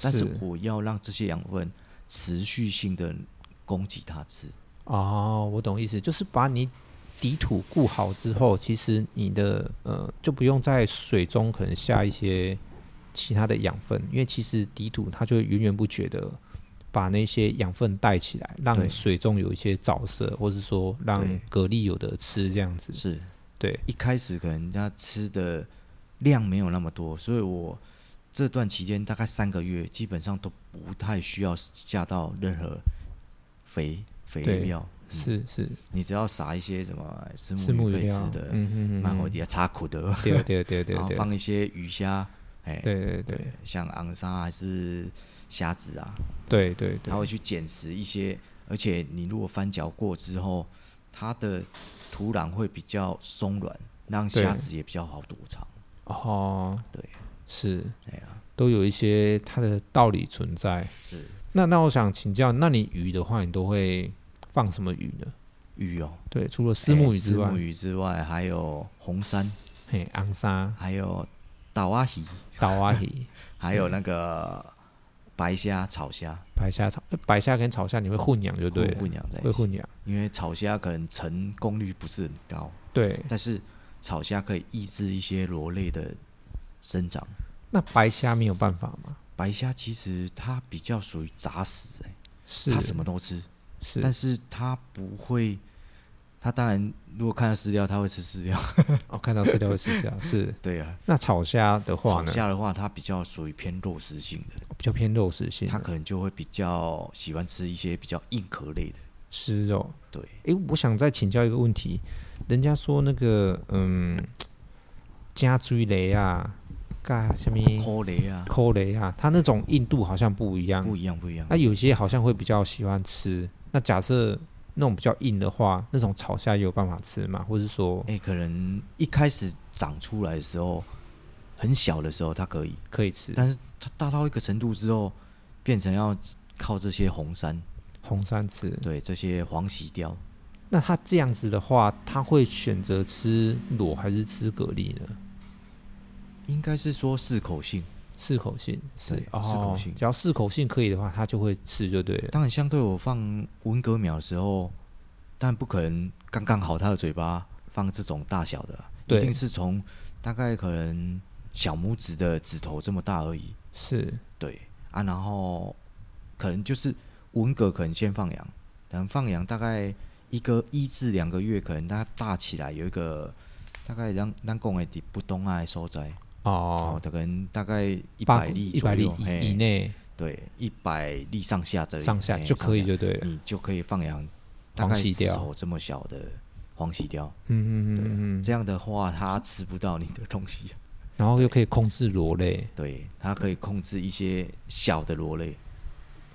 Speaker 2: 但是我要让这些养分持续性的供给它吃。
Speaker 1: 哦，我懂意思，就是把你底土固好之后，其实你的呃就不用在水中可能下一些其他的养分，因为其实底土它就会源源不绝的把那些养分带起来，让
Speaker 2: 对
Speaker 1: 水中有一些沼泽，或是说让
Speaker 2: 对
Speaker 1: 蛤蜊有的吃这样子。
Speaker 2: 是
Speaker 1: 对，
Speaker 2: 一开始可能人家吃的量没有那么多，所以我这段期间大概三个月，基本上都不太需要下到任何肥肥
Speaker 1: 对
Speaker 2: 料，
Speaker 1: 是是，
Speaker 2: 你只要撒一些什么石
Speaker 1: 是
Speaker 2: 木
Speaker 1: 木
Speaker 2: 鱼
Speaker 1: 鱼
Speaker 2: 配
Speaker 1: 料
Speaker 2: 吃，的，
Speaker 1: 嗯嗯
Speaker 2: 慢火
Speaker 1: 嗯，
Speaker 2: 底下插苦的，
Speaker 1: 对对对对
Speaker 2: 然后
Speaker 1: 对，
Speaker 2: 放一些鱼虾，哎，
Speaker 1: 对对对
Speaker 2: 对，像昂沙还是虾子啊，
Speaker 1: 对
Speaker 2: [LAUGHS]
Speaker 1: 对
Speaker 2: 它
Speaker 1: 对，
Speaker 2: 会去捡拾一些，而且你如果翻搅过之后，它的土壤会比较松软，让
Speaker 1: 对
Speaker 2: 虾子也比较好躲藏。
Speaker 1: 哦，
Speaker 2: 对，
Speaker 1: 是
Speaker 2: 哎呀，
Speaker 1: 都有一些它的道理存在。
Speaker 2: 是
Speaker 1: 那那我想请教，那你鱼的话，你都会放什么鱼呢？
Speaker 2: 鱼哦，
Speaker 1: 对，除了丝木鱼之
Speaker 2: 哎丝
Speaker 1: 外
Speaker 2: 木，鱼之外，还有红山，
Speaker 1: 嘿，昂沙、
Speaker 2: 还有岛阿鱼，
Speaker 1: 岛蛙鱼、
Speaker 2: 还
Speaker 1: 嗯
Speaker 2: 有那个白虾、草虾，
Speaker 1: 白虾草、呃白虾跟草虾，你会混养就对
Speaker 2: 会
Speaker 1: 了，
Speaker 2: 混养在
Speaker 1: 会
Speaker 2: 一起。
Speaker 1: 混养。
Speaker 2: 因为草虾可能成功率不是很高，
Speaker 1: 对，
Speaker 2: 但是草虾可以抑制一些螺类的生长。
Speaker 1: 那白虾没有办法吗？
Speaker 2: 白虾其实它比较属于杂食、欸，
Speaker 1: 是，
Speaker 2: 它什么都吃，
Speaker 1: 是
Speaker 2: 但是它不会，它当然如果看到饲料，它会吃饲料。 [LAUGHS]
Speaker 1: 哦，看到饲料会吃掉。是，
Speaker 2: 对啊，
Speaker 1: 那草虾的话
Speaker 2: 草
Speaker 1: 呢，
Speaker 2: 虾的话，它比较属于偏肉食性的，
Speaker 1: 比较偏肉食性
Speaker 2: 它
Speaker 1: 的，
Speaker 2: 可能就会比较喜欢吃一些比较硬壳类的。
Speaker 1: 吃肉。
Speaker 2: 对，
Speaker 1: 诶，我想再请教一个问题，人家说那个嗯，加锥雷啊，干什么？
Speaker 2: 抠雷啊，
Speaker 1: 抠雷啊，它那种硬度好像不一样。
Speaker 2: 不一样，不一样
Speaker 1: 那、。有些好像会比较喜欢吃。那假设那种比较硬的话，那种炒虾也有办法吃嘛？或是说
Speaker 2: 哎、可能一开始长出来的时候，很小的时候它可以，
Speaker 1: 可以吃？
Speaker 2: 但是它大到一个程度之后，变成要靠这些红杉，
Speaker 1: 红山吃。
Speaker 2: 对这些黄喜貂，
Speaker 1: 那他这样子的话，他会选择吃裸还是吃蛤蜊呢？
Speaker 2: 应该是说适口性。
Speaker 1: 适口性是
Speaker 2: 对
Speaker 1: 哦
Speaker 2: 适口性
Speaker 1: 只要适口性可以的话，他就会吃就对了。
Speaker 2: 当然，相对我放文革苗的时候，但不可能刚刚好他的嘴巴放这种大小的啊，
Speaker 1: 对
Speaker 2: 一定是从大概可能小拇指的指头这么大而已。
Speaker 1: 是
Speaker 2: 对啊，然后可能就是文革，可能先放养，然后放养大概一个一至两个月，可能它大起来有一个大概让让讲的底不东啊所在哦
Speaker 1: 哦，，
Speaker 2: 大概大概一
Speaker 1: 八
Speaker 2: 百粒
Speaker 1: 一
Speaker 2: 左
Speaker 1: 百粒
Speaker 2: 右，嘿
Speaker 1: 以以内
Speaker 2: 对，一百粒上下嗯这里
Speaker 1: 上下
Speaker 2: 嘿
Speaker 1: 就可以
Speaker 2: 上
Speaker 1: 就对了。
Speaker 2: 你就可以放养大概
Speaker 1: 黄喜
Speaker 2: 指
Speaker 1: 貂
Speaker 2: 头这么小的黄喜貂。
Speaker 1: 嗯嗯
Speaker 2: 对，
Speaker 1: 嗯嗯嗯，
Speaker 2: 这样的话它吃不到你的东西。
Speaker 1: 然后又可以控制螺类。
Speaker 2: 对，它可以控制一些小的螺类。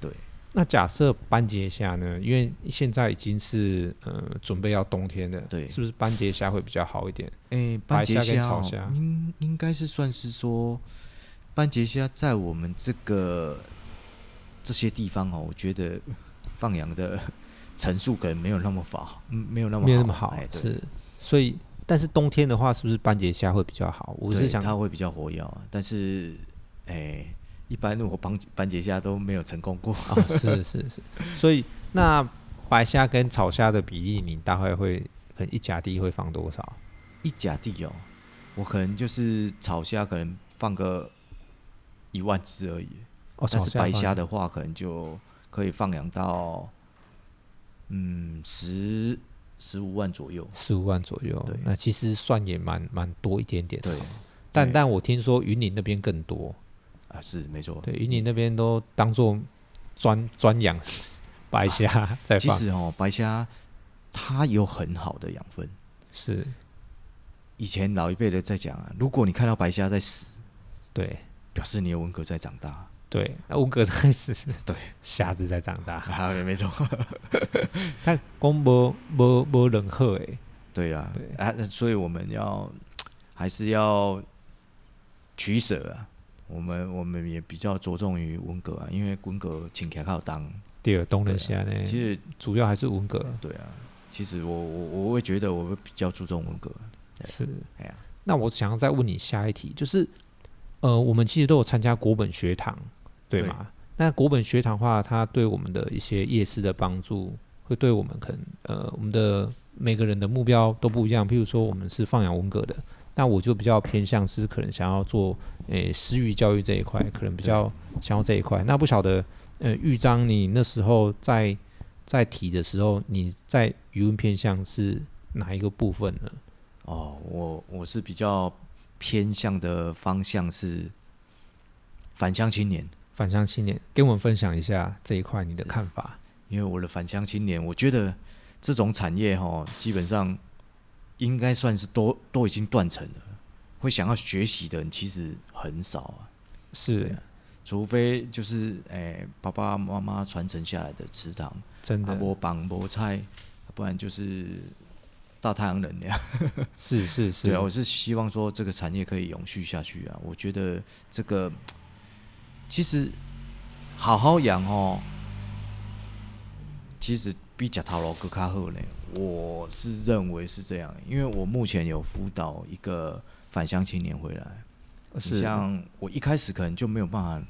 Speaker 2: 对，
Speaker 1: 那假设班节虾呢？因为现在已经是呃准备要冬天了，
Speaker 2: 对
Speaker 1: 是不是班节虾会比较好一点？
Speaker 2: 诶，
Speaker 1: 哎白
Speaker 2: 斑节
Speaker 1: 虾跟
Speaker 2: 虾
Speaker 1: 草
Speaker 2: 哦
Speaker 1: 虾
Speaker 2: 应应该是算是说，斑节虾在我们这个这些地方哦，我觉得放养的层数可能没有那么好，嗯没有那么
Speaker 1: 没有那么好，
Speaker 2: 哎，对，
Speaker 1: 是，所以但是冬天的话，是不是班节虾会比较好？我是
Speaker 2: 对
Speaker 1: 想
Speaker 2: 它会比较活跃啊，但是诶，一般我斑斑节虾都没有成功过。
Speaker 1: 啊， [LAUGHS] 是是是，所以那白虾跟草虾的比例，你大概会很一甲地会放多少？
Speaker 2: 一甲地哦，我可能就是炒虾，可能放个一万只而已。
Speaker 1: 哦，
Speaker 2: 但是
Speaker 1: 草
Speaker 2: 白虾
Speaker 1: 放
Speaker 2: 的话，可能就可以放养到嗯十十五万左右。
Speaker 1: 十五万左右
Speaker 2: 对，
Speaker 1: 那其实算也蛮蛮多一点点的
Speaker 2: 对，
Speaker 1: 但
Speaker 2: 对
Speaker 1: 但我听说云林那边更多，
Speaker 2: 啊，是没错。
Speaker 1: 对，云林那边都当做专专
Speaker 2: [LAUGHS]
Speaker 1: 养白虾在
Speaker 2: 其
Speaker 1: 放，
Speaker 2: 实哦，白虾它有很好的养分。
Speaker 1: 是
Speaker 2: 以前老一辈的在讲啊，如果你看到白虾在死，
Speaker 1: 对
Speaker 2: 表示你的文革在长
Speaker 1: [LAUGHS]
Speaker 2: 大。
Speaker 1: 对。那文革开始，
Speaker 2: 对
Speaker 1: [LAUGHS] 虾子在长大，
Speaker 2: 啊，没错。
Speaker 1: 但讲无无无人好诶，
Speaker 2: 对啦，
Speaker 1: 对
Speaker 2: 啊，那所以我们要还是要取舍啊。我们我们也比较着重于文革啊，因为文革请客靠当。
Speaker 1: 第二冬
Speaker 2: 对
Speaker 1: 人
Speaker 2: 啊
Speaker 1: 虾呢，
Speaker 2: 其实
Speaker 1: 主要还是文革，
Speaker 2: 对啊，其实我我我会觉得我会比较注重文革。对
Speaker 1: 是
Speaker 2: 哎呀，
Speaker 1: 那我想要再问你下一题，就是呃，我们其实都有参加国本学堂，对吗？那国本学堂的话，它对我们的一些夜市的帮助，会对我们可能呃，我们的每个人的目标都不一样。譬如说，我们是放养文革的，那我就比较偏向是可能想要做诶、私域教育这一块，可能比较想要这一块。那不晓得呃，玉章你那时候在在提的时候，你在语文偏向是哪一个部分呢？
Speaker 2: 哦，我我是比较偏向的方向是返乡青年，
Speaker 1: 返乡青年，跟我们分享一下这一块你的看法。
Speaker 2: 因为我的返乡青年，我觉得这种产业哈，基本上应该算是都都已经断层了。会想要学习的人其实很少啊，
Speaker 1: 是
Speaker 2: 除非就是诶、爸爸妈妈传承下来的啊祠堂，
Speaker 1: 真
Speaker 2: 阿
Speaker 1: 的，
Speaker 2: 波绑波菜，不然就是大太阳人那样。
Speaker 1: 是是是，
Speaker 2: 对啊，我是希望说这个产业可以永续下去啊。我觉得这个其实好好养哦，其实比假头楼更卡好呢。我是认为是这样，因为我目前有辅导一个返乡青年回来，
Speaker 1: 是
Speaker 2: 像我一开始可能就没有办法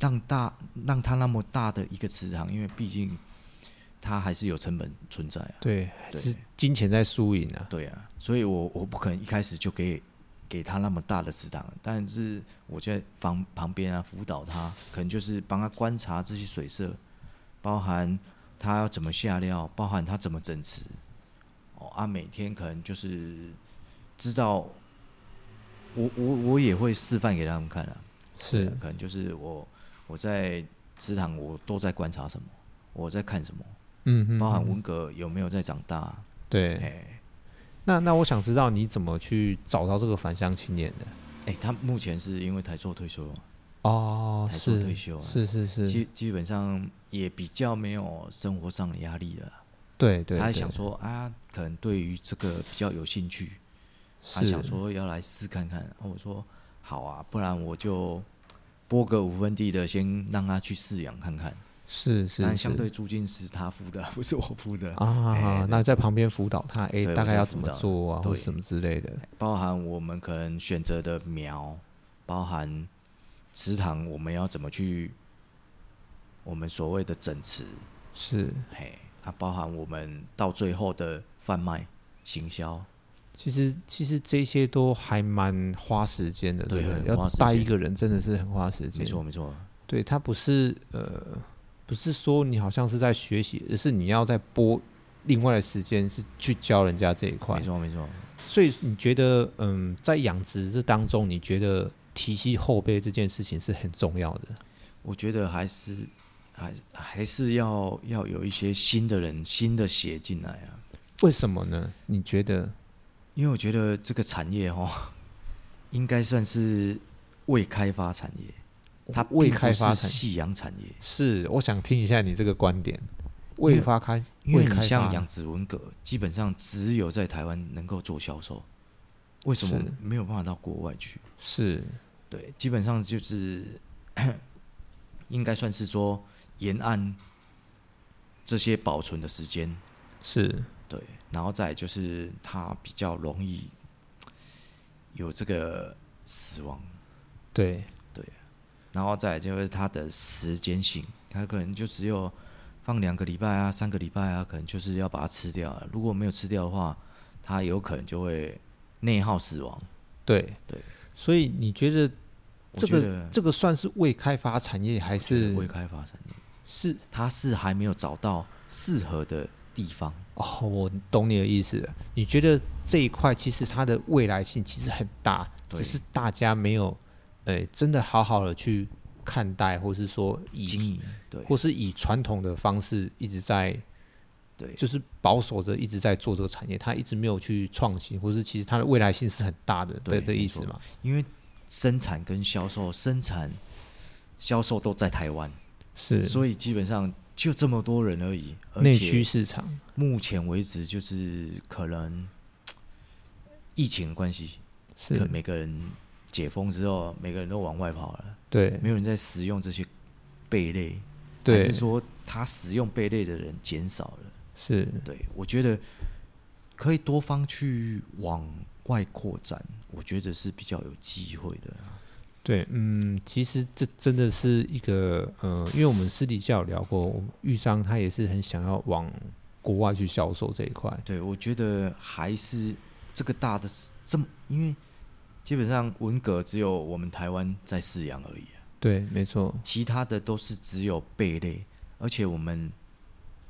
Speaker 2: 让大让他那么大的一个池塘，因为毕竟他还是有成本存在啊。
Speaker 1: 对，
Speaker 2: 对
Speaker 1: 是金钱在输赢啊，
Speaker 2: 对啊，所以我我不可能一开始就给给他那么大的食堂，但是我在旁旁边啊辅导他，可能就是帮他观察这些水色，包含他要怎么下料，包含他怎么整池，哦啊，每天可能就是知道，我我我也会示范给他们看啊，对
Speaker 1: 是
Speaker 2: 啊可能就是我我在池塘我都在观察什么，我在看什么，
Speaker 1: 嗯嗯，
Speaker 2: 包含
Speaker 1: 嗯
Speaker 2: 文革有没有在长大，哎、
Speaker 1: 对。那那我想知道你怎么去找到这个返乡青年的？
Speaker 2: 哎、他目前是因为台硕退休，
Speaker 1: 哦，
Speaker 2: 台塑
Speaker 1: 是
Speaker 2: 退休啊
Speaker 1: 是是是，
Speaker 2: 基基本上也比较没有生活上的压力了啦。
Speaker 1: 对对，
Speaker 2: 他还
Speaker 1: 对
Speaker 2: 想说啊，可能对于这个比较有兴趣，他
Speaker 1: 是
Speaker 2: 想说要来试看看。啊我说好啊，不然我就拨个五分地的，先让他去试养看看。
Speaker 1: 是是
Speaker 2: 但
Speaker 1: 是
Speaker 2: 相对租金是他付的，不是我付的。
Speaker 1: 啊
Speaker 2: 哎，
Speaker 1: 那在旁边辅导他，哎，
Speaker 2: 对
Speaker 1: 大
Speaker 2: 我
Speaker 1: 概
Speaker 2: 在
Speaker 1: 要
Speaker 2: 辅
Speaker 1: 怎么
Speaker 2: 导
Speaker 1: 做啊，或
Speaker 2: 对哎
Speaker 1: 什么之类的。
Speaker 2: 包含我们可能选择的苗，包含池塘，我们要怎么去，我们所谓的整池，
Speaker 1: 是，
Speaker 2: 嘿，啊，包含我们到最后的贩卖、行销，
Speaker 1: 其实其实这些都还蛮花时间的，
Speaker 2: 对
Speaker 1: 不对？
Speaker 2: 很
Speaker 1: 要
Speaker 2: 花时
Speaker 1: 带一
Speaker 2: 间
Speaker 1: 个人真的是很花时间
Speaker 2: 没。错没错，
Speaker 1: 对，它不是呃，不是说你好像是在学习，而是你要在拨另外的时间是去教人家这一块
Speaker 2: 没。错没错。
Speaker 1: 所以你觉得，嗯，在养殖这当中，你觉得提携后辈这件事情是很重要的。
Speaker 2: 我觉得还是还还是要要有一些新的人、新的血进来啊，
Speaker 1: 为什么呢？你觉得
Speaker 2: 因为我觉得这个产业哦， [LAUGHS] 应该算是未开发产业，它
Speaker 1: 未
Speaker 2: 并不
Speaker 1: 开发
Speaker 2: 是
Speaker 1: 产
Speaker 2: 夕阳产业。
Speaker 1: 是？我想听一下你这个观点。未发开，
Speaker 2: 因为
Speaker 1: 未
Speaker 2: 你
Speaker 1: 开
Speaker 2: 像
Speaker 1: 发
Speaker 2: 养殖文革，基本上只有在台湾能够做销售，为什么
Speaker 1: 是
Speaker 2: 没有办法到国外去？
Speaker 1: 是
Speaker 2: 对，基本上就是 [COUGHS] 应该算是说沿岸这些保存的时间，
Speaker 1: 是
Speaker 2: 对，然后再来就是它比较容易有这个死亡，
Speaker 1: 对，
Speaker 2: 然后再来就是它的时间性，它可能就只有放两个礼拜啊、三个礼拜啊，可能就是要把它吃掉啊了。如果没有吃掉的话，它有可能就会内耗死亡。
Speaker 1: 对
Speaker 2: 对，
Speaker 1: 所以你觉得
Speaker 2: 我
Speaker 1: 这
Speaker 2: 觉
Speaker 1: 个
Speaker 2: 得
Speaker 1: 这个算是未开发产业，还是
Speaker 2: 未开发产业，
Speaker 1: 是
Speaker 2: 它是还没有找到适合的地方。
Speaker 1: 哦？我懂你的意思了。你觉得这一块其实它的未来性其实很大，
Speaker 2: 对
Speaker 1: 只是大家没有呃真的好好的去看待，或是说
Speaker 2: 经
Speaker 1: 以
Speaker 2: 营对
Speaker 1: 或是以传统的方式一直在
Speaker 2: 对
Speaker 1: 就是保守着一直在做这个产业，它一直没有去创新，或是其实它的未来性是很大的，
Speaker 2: 对
Speaker 1: 对这
Speaker 2: 没
Speaker 1: 意思
Speaker 2: 错
Speaker 1: 嘛？
Speaker 2: 因为生产跟销售，生产、销售都在台湾，
Speaker 1: 是
Speaker 2: 所以基本上就这么多人而已。而
Speaker 1: 内
Speaker 2: 且
Speaker 1: 需市场
Speaker 2: 目前为止，就是可能疫情的关系，可
Speaker 1: 是
Speaker 2: 能每个人解封之后，每个人都往外跑了，
Speaker 1: 对
Speaker 2: 没有人在食用这些贝类，还
Speaker 1: 对
Speaker 2: 是说他食用贝类的人减少了。
Speaker 1: 是
Speaker 2: 对我觉得可以多方去往外扩展，我觉得是比较有机会的啦。
Speaker 1: 对，嗯，其实这真的是一个，呃，因为我们私底下有聊过，我们玉商他也是很想要往国外去销售这一块，
Speaker 2: 对，我觉得还是这个大的这么，因为基本上文革只有我们台湾在饲养而已啊、
Speaker 1: 对，没错，
Speaker 2: 其他的都是只有贝类，而且我们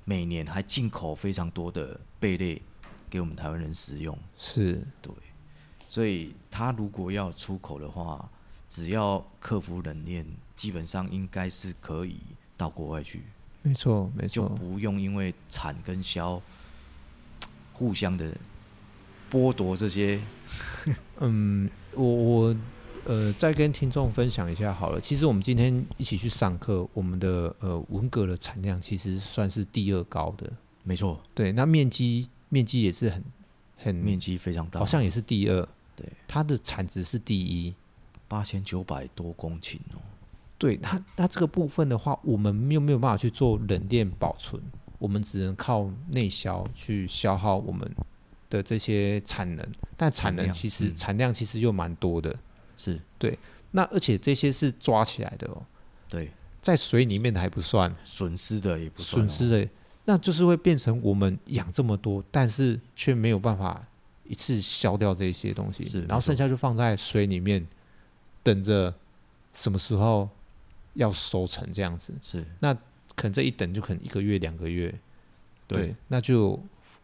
Speaker 2: 每年还进口非常多的贝类给我们台湾人食用。
Speaker 1: 是
Speaker 2: 对，所以它如果要出口的话，只要克服冷链，基本上应该是可以到国外去，
Speaker 1: 没错，没
Speaker 2: 就
Speaker 1: 错，
Speaker 2: 不用因为产跟销互相的剥夺这些。
Speaker 1: 嗯，我我呃，再跟听众分享一下好了，其实我们今天一起去上课，我们的呃文革的产量其实算是第二高的，
Speaker 2: 没错，
Speaker 1: 对，那面积面积也是很很
Speaker 2: 面积非常
Speaker 1: 嗯
Speaker 2: 大，
Speaker 1: 好像也是第二，
Speaker 2: 对，
Speaker 1: 它的产值是第一，
Speaker 2: 八千九百多公顷哦。
Speaker 1: 对它，它这个部分的话，我们又没有办法去做冷链保存，我们只能靠内销去消耗我们的这些产能。但产
Speaker 2: 产
Speaker 1: 能
Speaker 2: 量
Speaker 1: 其实
Speaker 2: 嗯
Speaker 1: 产量其实又蛮多的，
Speaker 2: 是
Speaker 1: 那而且这些是抓起来的哦，
Speaker 2: 对
Speaker 1: 在水里面的还不算，
Speaker 2: 损失的也不算、哦
Speaker 1: 损失，的，那就是会变成我们养这么多，但是却没有办法一次消掉这些东西
Speaker 2: 是，
Speaker 1: 然后
Speaker 2: 没错
Speaker 1: 剩下就放在水里面，等着什么时候要收成这样子。
Speaker 2: 是
Speaker 1: 可能这一等就可能一个月、两个月，
Speaker 2: 对
Speaker 1: 对，那就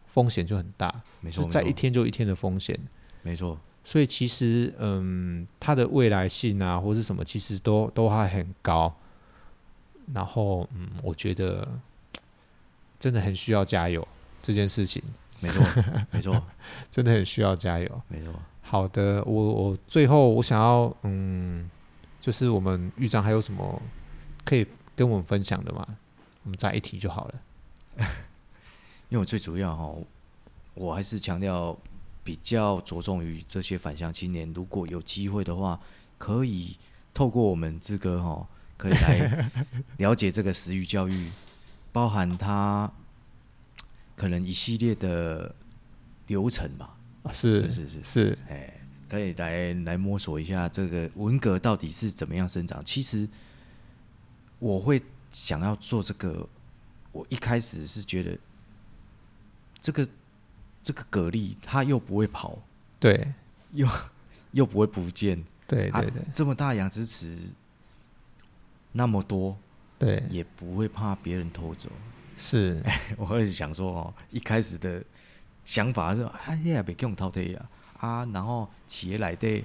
Speaker 1: 风险就很大，
Speaker 2: 没
Speaker 1: 就
Speaker 2: 错，
Speaker 1: 是在
Speaker 2: 没
Speaker 1: 一
Speaker 2: 错
Speaker 1: 天就一天的风险。
Speaker 2: 没错，
Speaker 1: 所以其实，嗯，它的未来性啊，或是什么，其实都都还很高。然后，嗯，我觉得嗯真的很需要加油这件事情，
Speaker 2: 没错，没错，
Speaker 1: 真的很需要加油。
Speaker 2: 没错。
Speaker 1: 好的，我我最后我想要，嗯，就是我们玉章还有什么可以跟我们分享的吗？我们再一提就好了。
Speaker 2: 因为我最主要哈，我还是强调比较着重于这些返乡青年，如果有机会的话，可以透过我们志哥哈，可以来了解这个食育教育，包含它可能一系列的流程吧，
Speaker 3: 啊是
Speaker 2: 是是是
Speaker 3: 是
Speaker 2: 哎，可以来来摸索一下这个文革到底是怎么样生长。其实我会想要做这个，我一开始是觉得这个这个蛤蜊它又不会跑， [LAUGHS]
Speaker 3: 对
Speaker 2: 又又不会不见，
Speaker 3: 对对
Speaker 2: 啊、这么大养殖池那么多，
Speaker 3: 对对
Speaker 2: 也不会怕别人偷走。
Speaker 3: 是，
Speaker 2: [LAUGHS] 我会想说哦，一开始的想法是啊，你也别用淘汰啊啊，然后企业来的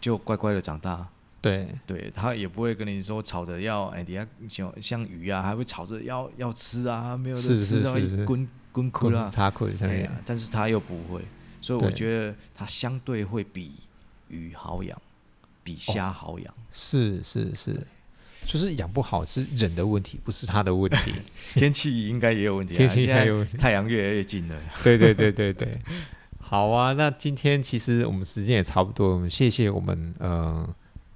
Speaker 2: 就乖乖的长大，
Speaker 3: 对
Speaker 2: 对他也不会跟你说吵着要哎，底下像像鱼啊，还会吵着要要吃啊，没有的
Speaker 3: 是是
Speaker 2: 吃
Speaker 3: 是
Speaker 2: 然后一
Speaker 3: 是
Speaker 2: 滚滚哭啦，
Speaker 3: 插捆下
Speaker 2: 哎
Speaker 3: 面
Speaker 2: 呀，但是他又不会，所以我
Speaker 3: 对
Speaker 2: 觉得他相对会比鱼好养，比
Speaker 3: 哦
Speaker 2: 虾好养。 [LAUGHS]
Speaker 3: 是是是，就是养不好是人的问题，不是他的问题。
Speaker 2: 天气应该也有问题、啊，
Speaker 3: 天气应该
Speaker 2: 现在
Speaker 3: 有问题
Speaker 2: 太阳越来越近了。
Speaker 3: [LAUGHS] 对对对对对，好啊。那今天其实我们时间也差不多，我们谢谢我们呃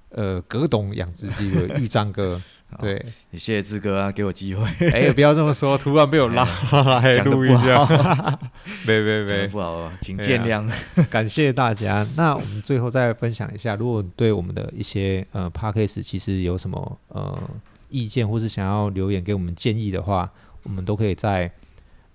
Speaker 3: 呃葛董养殖机的玉章
Speaker 2: [LAUGHS]
Speaker 3: 哥。对，
Speaker 2: 谢谢志哥啊，给我机会。
Speaker 3: 哎、不要这么说，突然被我拉来
Speaker 2: 哎讲得
Speaker 3: 录一
Speaker 2: 不 [LAUGHS]
Speaker 3: 下， [LAUGHS] 没没
Speaker 2: 讲得
Speaker 3: 没，
Speaker 2: 不好，请
Speaker 3: 哎
Speaker 2: 见
Speaker 3: 呀
Speaker 2: 谅。
Speaker 3: 感谢大家。那我们最后再分享一下，如果你对我们的一些呃 p a c k a g e 其实有什么呃意见，或是想要留言给我们建议的话，我们都可以在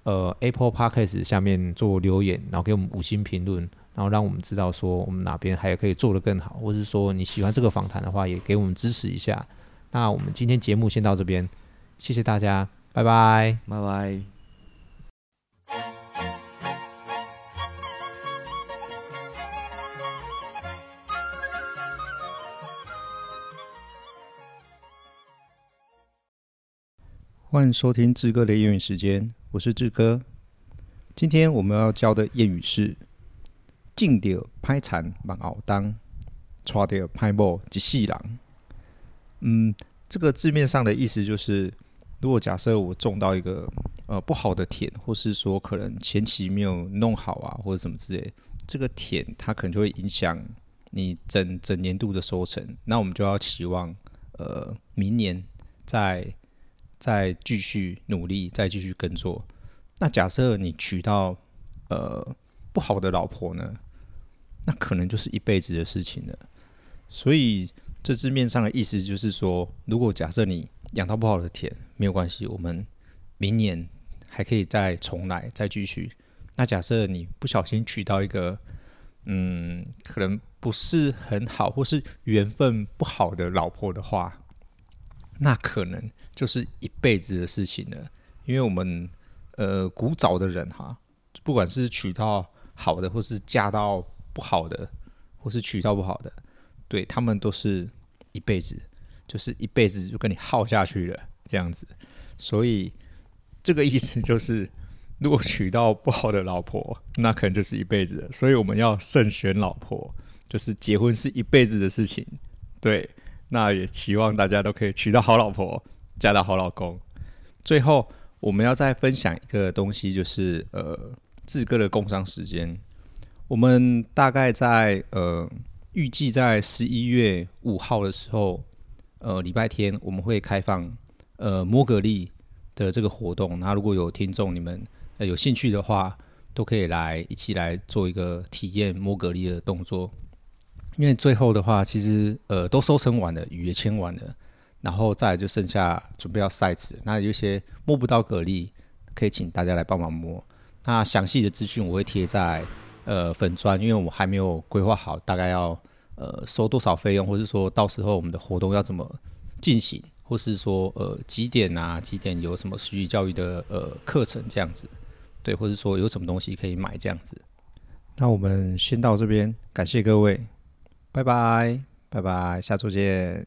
Speaker 3: 呃 Apple p a c k a g e 下面做留言，然后给我们五星评论，然后让我们知道说我们哪边还可以做得更好，或是说你喜欢这个访谈的话，也给我们支持一下。那我们今天节目先到这边，谢谢大家，拜拜。
Speaker 2: 拜拜。
Speaker 1: 欢迎收听志哥的谚语时间，我是志哥。今天我们要教的谚语是：进掉拍残蛮熬当，抓掉拍某一细郎。嗯，这个字面上的意思就是，如果假设我种到一个呃不好的田，或是说可能前期没有弄好啊，或者什么之类，这个田它可能就会影响你整整年度的收成。那我们就要期望呃明年在再继续努力，再继续耕作。那假设你娶到呃不好的老婆呢，那可能就是一辈子的事情了。所以这字面上的意思就是说，如果假设你养到不好的田，没有关系，我们明年还可以再重来，再继续。那假设你不小心娶到一个嗯，可能不是很好，或是缘分不好的老婆的话，那可能就是一辈子的事情了。因为我们呃古早的人哈，不管是娶到好的，或是嫁到不好的，或是娶到不好的，对他们都是一辈子，就是一辈子就跟你耗下去了这样子。所以这个意思就是， [LAUGHS] 如果娶到不好的老婆，那可能就是一辈子了。所以我们要慎选老婆，就是结婚是一辈子的事情。对，那也期望大家都可以娶到好老婆。嫁到好老公。最后，我们要再分享一个东西，就是呃，志哥的工商时间。我们大概在呃，预计在十一月五号的时候，呃，礼拜天我们会开放呃摸蛤蜊的这个活动。那如果有听众你们、呃、有兴趣的话，都可以来一起来做一个体验摸蛤蜊的动作。因为最后的话，其实呃都收成完了，鱼也签完了。然后再来就剩下准备要晒池，那有一些摸不到蛤蜊，可以请大家来帮忙摸。那详细的资讯我会贴在呃粉砖，因为我还没有规划好大概要呃收多少费用，或是说到时候我们的活动要怎么进行，或是说呃几点啊几点有什么实际教育的呃课程这样子，对，或是说有什么东西可以买这样子。那我们先到这边，感谢各位，拜拜拜拜，下周见。